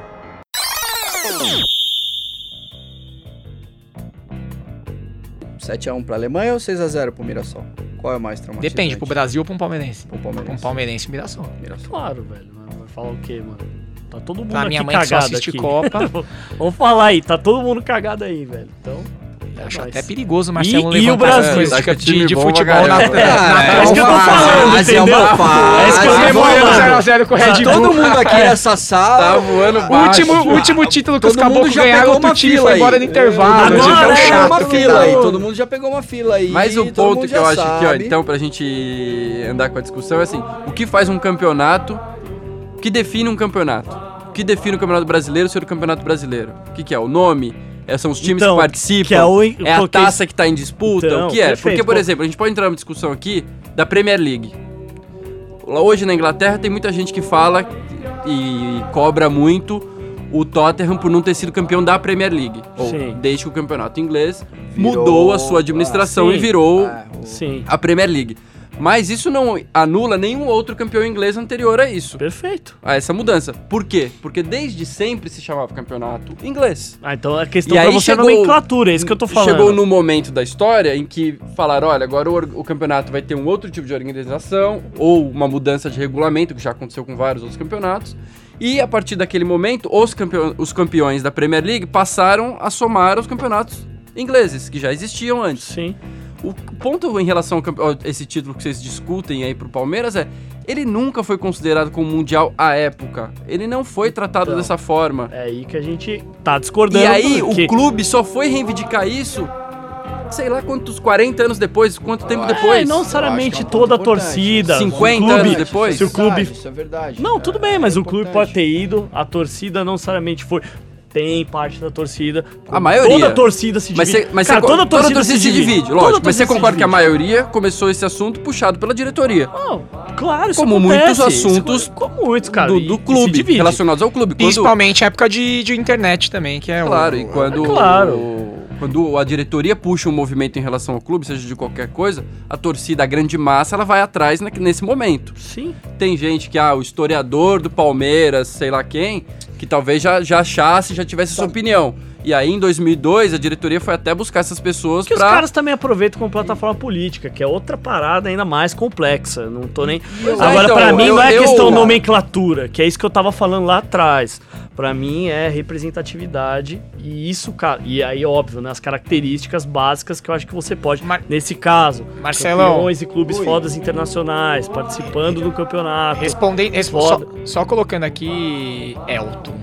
S3: de 7x1 pra Alemanha ou 6x0 pro Mirassol? Qual é o mais traumatizante?
S1: Depende, pro Brasil ou pra um palmeirense?
S3: Pro
S1: Pra um
S3: Palmeiras.
S1: palmeirense, Mirassol.
S3: Mirassol.
S5: Claro, velho. mas Vai falar o quê, mano? Tá todo mundo
S1: Tá,
S5: aqui
S1: minha mãe que
S5: cagado
S1: só assiste
S5: aqui.
S1: Copa.
S5: Vamos falar aí, tá todo mundo cagado aí, velho. Então. é
S1: Acho
S5: nóis.
S1: até perigoso o Marcelo
S5: E- e
S1: levantar
S5: o Brasil?
S1: essas coisas
S2: Tá
S1: de,
S2: com time
S1: de, de
S2: bom pra
S1: futebol na,
S2: caramba.
S1: na,
S3: Ah,
S5: é isso que eu tô
S1: na-
S5: falando, entendeu? É isso que eu
S1: Nós
S5: tô
S1: comemoramos
S5: falando.
S1: 0x0 com o Red Bull.
S3: Tá Todo mundo aqui nessa
S2: Tá
S3: sala...
S2: voando baixo.
S1: último, último título que
S3: Todo
S1: os caboclos
S3: mundo já
S1: ganharam,
S3: pegou
S1: outro
S3: uma
S1: time
S3: fila
S1: foi
S3: aí. é
S1: embora no intervalo.
S5: Agora
S1: gente, é um
S5: é
S1: chato
S3: uma
S1: que
S3: fila
S1: tá.
S3: aí, todo mundo já pegou uma fila aí.
S2: Mas o
S3: todo
S2: ponto
S3: mundo
S2: que eu
S3: já
S2: acho que, ó,
S3: sabe.
S2: então, pra gente andar com a discussão é assim: o que faz um campeonato? O que define um campeonato? O que define o campeonato brasileiro ser o campeonato brasileiro? O que, que é? O nome? É, são os times
S5: Então,
S2: que participam?
S5: que é o-
S2: é a
S5: coloquei-
S2: taça que tá em disputa?
S5: Então,
S2: o que é?
S5: perfeito,
S2: Porque, por
S5: pô.
S2: exemplo, a gente pode entrar numa discussão aqui da Premier League. Lá Hoje na Inglaterra tem muita gente que fala e cobra muito o Tottenham por não ter sido campeão da Premier League. Ou
S5: Sim.
S2: desde que o campeonato inglês
S3: Virou,
S2: mudou a sua administração
S5: ah,
S2: e
S5: sim.
S2: virou
S3: Ah, o-
S5: Sim.
S2: a Premier League. Mas isso não anula nenhum outro campeão inglês anterior a isso,
S5: Perfeito.
S2: a essa mudança. Por quê? Porque desde sempre se chamava campeonato inglês.
S5: Ah, então a questão
S2: E
S5: pra
S2: aí
S5: você
S2: chegou-
S5: é nomenclatura, é isso que eu tô falando.
S2: Chegou no momento da história em que falaram, olha, agora o, or- o campeonato vai ter um outro tipo de organização ou uma mudança de regulamento, que já aconteceu com vários outros campeonatos. E a partir daquele momento, os, campeon- os campeões da Premier League passaram a somar os campeonatos ingleses, que já existiam antes.
S5: Sim.
S2: O ponto em relação ao campe- ó, esse título que vocês discutem aí pro Palmeiras é ele nunca foi considerado como mundial à época. Ele não foi tratado
S5: Então.
S2: dessa forma.
S5: É aí que a gente tá discordando.
S2: E aí
S5: porque-
S2: o clube só foi reivindicar isso, sei lá quantos 40 anos depois, quanto tempo
S5: É,
S2: depois.
S5: não necessariamente
S3: Eu acho que é um ponto
S5: toda a
S3: importante.
S5: torcida.
S2: 50
S5: o clube,
S2: anos depois?
S5: Se o clube
S3: Isso é verdade.
S5: Não, tudo bem, mas o clube
S3: importante.
S5: pode ter ido, a torcida não necessariamente foi. Tem parte da torcida.
S2: A maioria.
S5: Toda a torcida se
S2: Mas,
S5: divide.
S2: cê, mas
S5: Cara,
S2: cê-
S5: toda, a torcida se divide,
S2: lógico.
S5: Toda
S2: Mas
S5: torcida
S2: você
S5: se
S2: concorda que a
S5: divide.
S2: maioria começou esse assunto puxado pela diretoria
S5: Não, claro, isso
S2: Como
S5: acontece,
S2: muitos
S5: isso
S2: assuntos
S5: co- como muitos, cara.
S2: do,
S5: e-
S2: do
S5: e se
S2: clube,
S5: divide.
S2: relacionados ao clube. Quando-
S1: Principalmente época de, de internet também, que é o-
S2: Claro, e quando,
S5: É claro.
S2: o- quando a diretoria puxa um movimento em relação ao clube, seja de qualquer coisa, a torcida, a grande massa, ela vai atrás na- nesse momento.
S5: Sim.
S2: Tem gente que, ah, o historiador do Palmeiras, sei lá quem, que talvez já, já achasse, já tivesse
S3: Tá.
S2: sua opinião. E aí, em 2002, a diretoria foi até buscar essas pessoas
S5: Porque os
S2: pra...
S5: caras também aproveitam como plataforma política, que é outra parada ainda mais complexa. Não tô nem.
S2: eu-
S5: Agora,
S2: então,
S5: pra mim,
S2: eu-
S5: não é
S2: eu-
S5: questão nomenclatura, que é isso que eu tava falando lá atrás. Pra mim é representatividade e isso, cara. E aí, óbvio, né? As características básicas que eu acho que você pode.
S1: Mar-
S5: Nesse caso,
S1: Marcelão.
S5: campeões e clubes fodas internacionais, participando do campeonato.
S1: Respondendo, res- só,
S5: Foda.
S1: só colocando aqui Elton.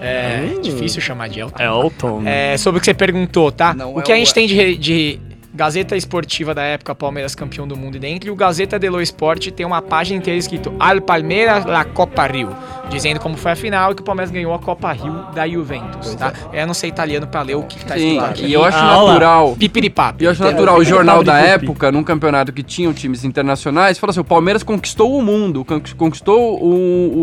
S1: É
S5: Hum.
S1: difícil chamar de Elton.
S5: É o Tom.
S1: É, sobre o que você perguntou, tá?
S3: Não
S1: o
S3: é
S1: que a
S3: o-
S1: gente tem de, re- de Gazeta Esportiva da época, Palmeiras campeão do mundo e dentro, e o Gazeta dello Sport tem uma página inteira escrito Al Palmeiras la Copa Rio, dizendo como foi a final e que o Palmeiras ganhou a Copa Rio da Juventus, tá? Eu não sei italiano pra ler o que, que tá
S2: é. Sim,
S1: escrito aqui.
S2: e eu acho
S5: Ah, olha lá.
S2: natural...
S1: Pipiripapi.
S2: E eu acho
S1: entendeu?
S2: natural, o jornal da
S5: Abre e cuspe.
S2: época, num campeonato que tinham times internacionais, fala assim: o Palmeiras conquistou o mundo, con- conquistou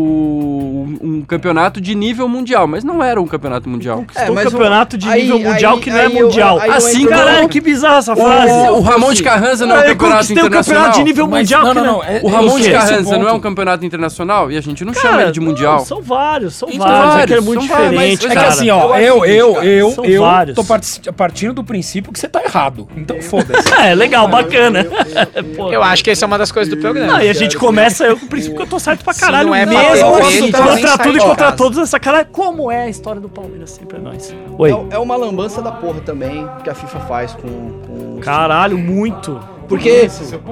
S2: o- o- um campeonato de nível mundial, mas não era um campeonato mundial.
S3: É,
S5: um
S3: mas o-
S5: campeonato de
S3: aí-
S5: nível
S3: aí-
S5: mundial que não é
S3: aí eu-
S5: mundial.
S3: aí eu
S2: Assim,
S3: entro no-
S5: Caralho, que bizarra essa frase.
S2: O, o Ramon de Carranza não é um
S5: Eu
S2: campeonato
S5: conquistei o
S2: internacional.
S5: campeonato de nível
S4: Mas
S5: mundial.
S4: não,
S5: que
S4: não,
S5: não-
S4: não, é-
S2: O Ramon
S5: quê?
S2: de
S4: Esse
S2: Carranza não é um
S4: ponto.
S2: campeonato internacional e a gente não chama
S5: Cara,
S2: ele de
S5: não,
S2: mundial.
S5: são vários, são
S2: Então,
S5: vários. É que é
S2: vários,
S5: muito
S2: são vários,
S5: diferente,
S2: mas
S4: É que
S5: cara.
S4: assim, ó, eu, eu, eu,
S5: São
S4: eu
S5: vários.
S4: tô parti- partindo do princípio que você tá errado. Então foda-se.
S5: É, legal, bacana. Pô.
S1: Eu acho que essa é uma das coisas do programa.
S5: Não, e a gente começa eu, com o princípio que eu tô certo pra
S1: Se
S5: caralho
S1: não é pra
S5: mesmo.
S4: ter treta,
S5: assim,
S4: então
S1: nem
S5: contra tudo e
S1: sai de
S5: contra
S1: casa.
S5: todos essa cara. Como é a história do Palmeiras sempre é nós? Oi.
S3: É, é uma lambança da porra também que a FIFA faz com. com os
S5: Caralho, muito.
S3: Porque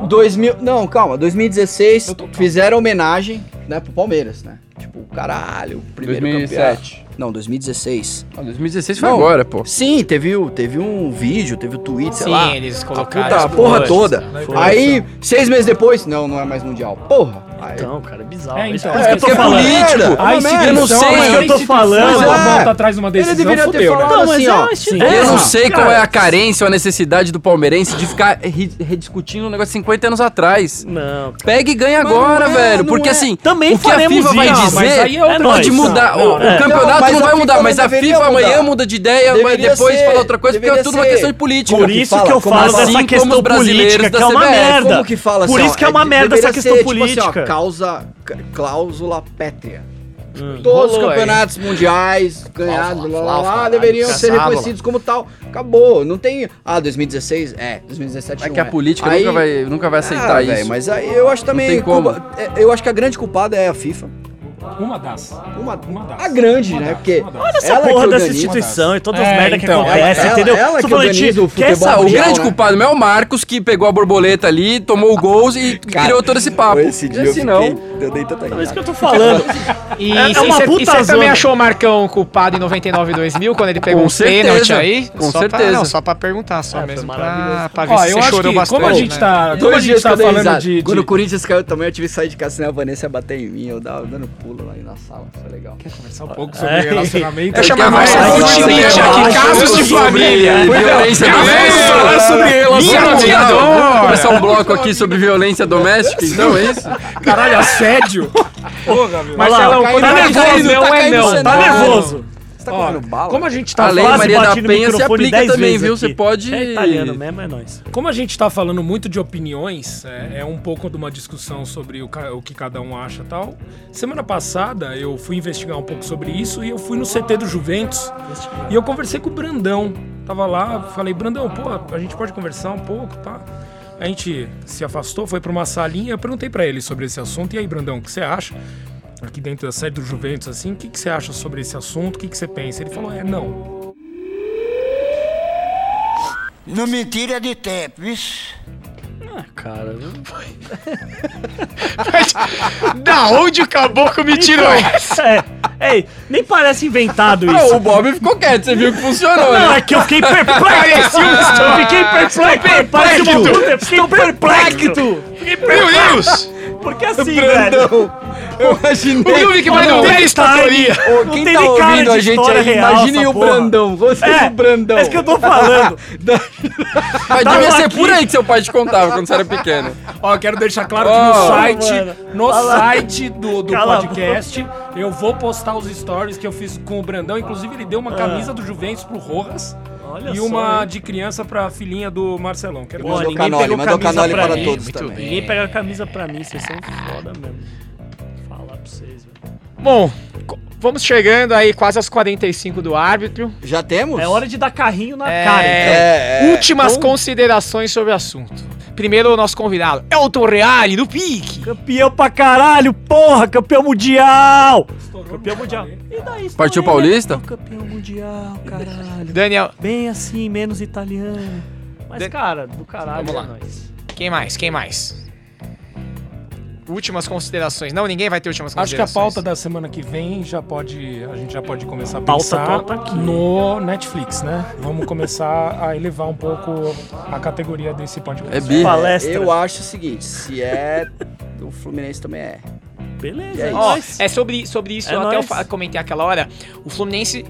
S3: 2000, não, calma, 2016
S4: Eu tô calmo.
S3: fizeram homenagem, né, pro Palmeiras, né? Tipo, caralho, primeiro
S2: 2007.
S3: campeão. Não, 2016.
S2: Ah, 2016 foi
S3: Não.
S2: agora, pô.
S3: Sim, teve, o- teve um vídeo, teve o tweet, sei
S1: Sim,
S3: lá. Tá
S1: eles
S3: Puta,
S1: colocaram.
S3: a
S1: isso
S3: porra
S1: antes,
S3: toda.
S1: né?
S5: Foi.
S3: Aí, seis meses depois, não, não é mais mundial. Porra. Aí,
S5: Então, cara, é bizarro.
S4: É,
S5: isso
S4: então.
S5: por isso
S4: É
S5: que eu tô
S4: porque é
S5: falando.
S2: político.
S3: merda,
S2: Aí
S3: é uma
S2: se
S3: merda.
S2: denunciando-
S5: Mas
S2: Mas
S5: é o que eu tô falando.
S4: Ela
S3: é.
S4: volta atrás de uma decisão,
S3: deveria ter
S4: fudeu, né?
S3: falado. assim, ó,
S2: Eu não
S3: Porra,
S2: sei qual é a carência ou a necessidade do palmeirense de ficar re- rediscutindo um negócio de 50 anos atrás.
S5: Não,
S2: Pega e ganha
S3: Mas
S2: agora,
S3: não é,
S2: velho.
S3: não
S2: Porque
S3: é.
S2: assim,
S5: Também
S2: o que a
S5: faremos
S2: FIFA vai
S5: isso.
S2: dizer
S4: Mas aí é outra
S2: pode
S5: questão.
S2: mudar.
S5: Não,
S2: o,
S5: é.
S2: o campeonato
S3: Não,
S2: não, vai
S3: mas a FIFA
S2: mudar,
S3: não
S2: mas a
S3: deveria
S2: FIFA amanhã
S3: mudar.
S2: muda de ideia, mas
S3: Deveria
S2: depois
S3: ser,
S2: fala outra coisa, porque é
S3: deveria
S2: tudo uma
S3: ser.
S2: questão de política.
S5: Por
S3: que
S5: isso
S3: fala,
S5: que eu
S3: como
S5: falo
S2: assim
S5: dessa
S2: como
S5: questão
S2: brasileiros
S5: política, que
S2: da
S5: é uma
S2: CBF?
S5: merda.
S3: Como que fala
S5: Por
S3: assim,
S5: isso
S3: ó,
S5: que é uma
S3: de-
S5: merda
S3: deveria
S5: essa questão
S3: ser,
S5: política.
S3: Tipo assim, ó, causa, c- cláusula pétrea.
S5: Hum,
S3: Todos os
S1: rolou aí.
S3: campeonatos mundiais ganhados,
S1: Fala,
S3: blá,
S1: fala,
S3: blá, blá,
S1: fala,
S3: deveriam
S1: fala,
S3: ser
S1: fala.
S3: reconhecidos como tal. Acabou, não tem... Ah, 2016? É, 2017
S2: É
S3: não
S2: que a política
S3: Aí-
S2: nunca, vai, nunca vai aceitar
S3: Ah,
S2: isso.
S3: velho, mas aí eu acho também...
S2: tem como.
S3: culpa- é, eu acho que a grande culpada é a FIFA.
S4: Uma das.
S3: Uma,
S4: Uma
S2: Tá,
S4: das.
S3: a grande, né? Porque
S4: Olha
S5: Essa
S3: Ela
S2: é
S3: que
S5: porra dessa
S3: organiza,
S5: instituição e todas as
S4: É,
S5: merdas que
S4: então,
S5: acontecem,
S3: ela-
S5: entendeu?
S3: ela
S5: Tô
S3: que
S5: falando,
S3: organiza o
S5: gente, quer
S3: futebol
S5: essa-
S2: Ah, o
S3: mundial,
S2: grande
S3: né?
S2: culpado não é o Marcos que pegou a borboleta ali, tomou gols e
S3: Cara, é.
S2: criou todo esse papo.
S3: esse dia
S2: Esse
S3: eu
S2: não.
S3: fiquei... Eu dei tanta
S5: É isso que
S3: risada.
S5: eu tô falando.
S1: E
S5: É- é
S1: tipo, você-
S5: uma
S1: e
S5: puta
S1: você também
S5: zona.
S1: achou o Marcão culpado em 99 e 2000, quando ele pegou
S2: Com
S1: um pênalti
S2: certeza,
S1: aí?
S2: com
S1: só
S2: certeza.
S1: Pra, não, só pra perguntar, só
S5: É, foi
S1: mesmo. Pra,
S5: maravilhoso.
S1: pra ver
S4: Ó,
S1: se
S4: eu
S1: você
S4: acho
S1: chorou
S4: que
S1: bastante.
S4: como a gente
S1: né?
S4: tá, como a
S3: Dois
S4: gente
S3: dias que
S4: tá
S3: eu dei
S4: falando
S3: risada.
S4: de,
S3: Quando o
S4: de...
S3: Corinthians caiu também, eu tive que sair de casa, senão a Vanessa ia bater em mim, eu dava dando pulo lá na sala, foi legal.
S4: Conversar um pouco
S3: É.
S4: sobre relacionamento.
S1: Eu chamava
S2: Porque a
S1: Marcelo
S5: um
S2: Vanessa
S1: Futinite
S2: tem
S1: aqui,
S2: mais
S1: casos de
S2: sobre
S1: família.
S2: Violência
S1: Casos
S2: doméstica.
S1: falar sobre
S2: Vamos
S1: relacionamento.
S2: mudar, Vamos começar um bloco aqui sobre violência doméstica, então é isso?
S4: Caralho, assédio.
S1: Marcelão,
S5: Olha lá,
S1: quando
S5: tá
S1: é
S5: nervoso,
S1: não
S5: tá
S1: é
S5: caindo
S1: não.
S5: cenário. Tá nervoso.
S3: Você tá
S4: Ó,
S3: comendo bala?
S4: Como a gente tá
S2: A Lei
S5: quase
S2: Maria da
S5: bati no
S2: Penha se
S5: microfone
S2: aplica
S5: dez
S2: também,
S5: vezes
S2: viu?
S5: aqui.
S2: Você pode...
S5: É italiano mesmo, é nóis.
S4: Como a gente tá falando muito de opiniões, é, é um pouco de uma discussão sobre o, ca- o que cada um acha e tal. Semana passada eu fui investigar um pouco sobre isso e eu fui no CT do Juventus e eu conversei com o Brandão. Tava lá, falei, Brandão, pô, a gente pode conversar um pouco, tá? A gente se afastou, foi pra uma salinha, eu perguntei pra ele sobre esse assunto. E aí, Brandão, o que você acha? Aqui dentro da sede do Juventus, assim, o que, que você acha sobre esse assunto? O que, que você pensa? Ele falou, é, não.
S11: Não me tira de tempo, isso.
S5: Ah, cara, não
S1: da onde o caboclo me tirou
S5: essa? É, é, nem parece inventado isso.
S2: Ah, o Bob ficou quieto, você viu que funcionou,
S5: Não,
S2: né? um
S5: é que eu fiquei perplexo. eu fiquei perplexo. Parece uma puta, eu fiquei perplexo. Fiquei perplexo. Porque assim, velho.
S2: Brandão, eu imaginei.
S1: O Yuri que vai
S5: Não,
S1: no
S5: não
S1: tênis,
S5: tem
S1: Tatoria.
S5: time.
S2: Ô,
S5: Não
S2: quem
S5: tem
S2: tá
S5: nem cara
S2: ouvindo
S5: de
S2: a gente
S5: história
S2: aí,
S5: real,
S2: imaginem
S5: essa
S2: o
S5: porra.
S2: Brandão, você e
S5: É,
S2: o Brandão.
S5: É isso que eu tô falando.
S2: Mas
S5: Tava
S2: devia ser
S5: aqui.
S2: por aí que seu pai te contava quando você era pequeno.
S4: Ó, quero deixar claro que
S2: Oh,
S4: no site,
S5: mano.
S4: no
S5: Fala.
S4: site do, do
S5: Cala a
S4: podcast, eu vou postar os stories que eu fiz com o Brandão. Inclusive, ele deu uma camisa do Juventus pro Rojas
S5: Ah. Olha
S4: e
S5: só,
S4: uma
S5: hein.
S4: de criança pra filhinha do Marcelão. Quero
S5: Boa,
S4: ver.
S5: ninguém
S11: Canoli,
S5: pegou
S11: mandou
S5: camisa
S11: Canoli
S5: pra
S11: para
S5: mim.
S11: todos
S1: muito
S11: também.
S5: Ninguém pega a camisa pra mim, vocês são foda mesmo. Vou Falar pra vocês, velho.
S1: Bom, co- vamos chegando aí quase aos 45 do árbitro.
S11: Já temos?
S5: É hora de dar carrinho na
S1: É,
S5: cara. então.
S11: É, é.
S1: Últimas
S5: bom.
S1: considerações sobre o assunto. Primeiro, o nosso convidado, Elton Reale, do Pique.
S5: Campeão pra caralho, porra, campeão mundial! campeão mundial. E daí, estourei,
S2: Partiu
S5: né?
S2: Paulista?
S5: Campeão mundial, caralho.
S1: Daniel,
S5: Bem assim, menos italiano. Mas,
S1: De-
S5: cara, do caralho
S1: Vamos lá.
S5: é nóis.
S1: quem mais? Quem mais? Últimas considerações. Não, ninguém vai ter últimas
S4: Acho que a
S1: considerações.
S4: pauta da semana que vem já pode. A gente já pode começar a
S5: Pauta
S4: pensar
S5: total aqui.
S4: no Netflix, né? Vamos começar a elevar um pouco a categoria desse podcast.
S2: É bi.
S5: Palestra.
S3: Eu acho o seguinte, se é do Fluminense também é.
S5: Beleza,
S3: E aí?
S5: é
S1: Ó,
S5: nóis.
S1: é sobre, sobre isso,
S5: É
S1: eu até eu
S5: nóis.
S1: fa- comentei aquela hora. O Fluminense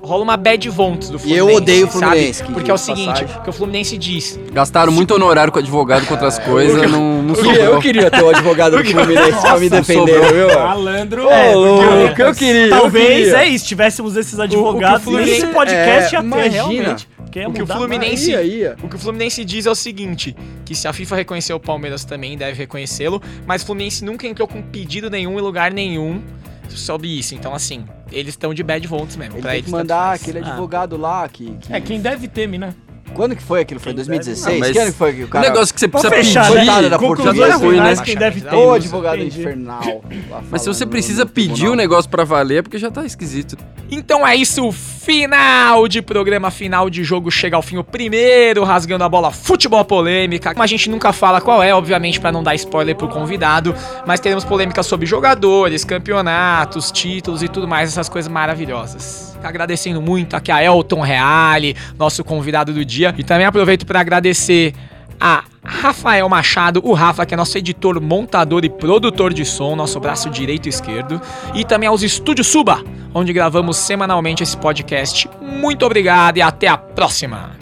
S1: rola uma bad vontes do
S3: E
S1: Fluminense.
S3: eu odeio o
S1: sabe?
S3: Fluminense, que
S1: Porque é o
S3: diga-se de
S1: seguinte,
S3: passagem.
S1: que o Fluminense diz.
S2: Gastaram muito honorário com advogado com outras coisas, não, não sobrou.
S3: queria ter o advogado do Fluminense pra me
S2: sobrou.
S3: viu?
S4: Malandro.
S5: É, porque
S2: Ô,
S5: eu-
S2: louco, eu queria.
S5: Talvez, é isso, tivéssemos esses advogados.
S1: Fluminense-
S5: Esse podcast
S3: é,
S5: ia ter,
S3: imagina.
S5: realmente. Porque ia
S1: O que o
S5: mudar
S1: Fluminense-
S3: Aí, aí, ó.
S1: O que o Fluminense diz é o seguinte, que se a FIFA reconheceu o Palmeiras também deve reconhecê-lo, mas o Fluminense nunca entrou com pedido nenhum em lugar nenhum sobre isso. Então, assim, eles estão de bad vontes mesmo.
S3: Ele
S1: pra
S3: tem
S1: eles,
S2: tá
S3: que
S1: tanto
S3: mandar
S1: faz.
S3: aquele
S2: Ah.
S3: advogado lá que... que-
S4: É quem deve teme, né?
S3: Quando que foi aquilo? Foi em
S5: Quem
S3: 2016?
S2: deve- Ah, mas-
S3: Que ano que foi que o
S2: O
S3: cara...
S2: negócio que você
S5: Vamos
S2: precisa
S5: fechar,
S2: pedir,
S3: né?
S2: da
S3: Conclusões
S2: portuguesa é ruim, né?
S5: finais que deve ter.
S3: Ô,
S5: isso,
S3: um advogado
S5: entendi.
S3: infernal. lá
S2: Mas se
S3: falando
S2: você
S3: no-
S2: precisa
S3: no
S2: pedir
S3: tribunal.
S2: um negócio pra valer, é porque já tá esquisito.
S1: Então é isso, final de programa, final de jogo, chega ao fim o primeiro, rasgando a bola, futebol polêmica. Como a gente nunca fala qual é, obviamente, pra não dar spoiler pro convidado, mas teremos polêmica sobre jogadores, campeonatos, títulos e tudo mais, essas coisas maravilhosas. Agradecendo muito aqui a Elton Reale, nosso convidado do dia, e também aproveito pra agradecer a Rafael Machado, o Rafa, que é nosso editor, montador e produtor de som, nosso braço direito e esquerdo, e também aos Estúdios Suba, onde gravamos semanalmente esse podcast. Muito obrigado e até a próxima!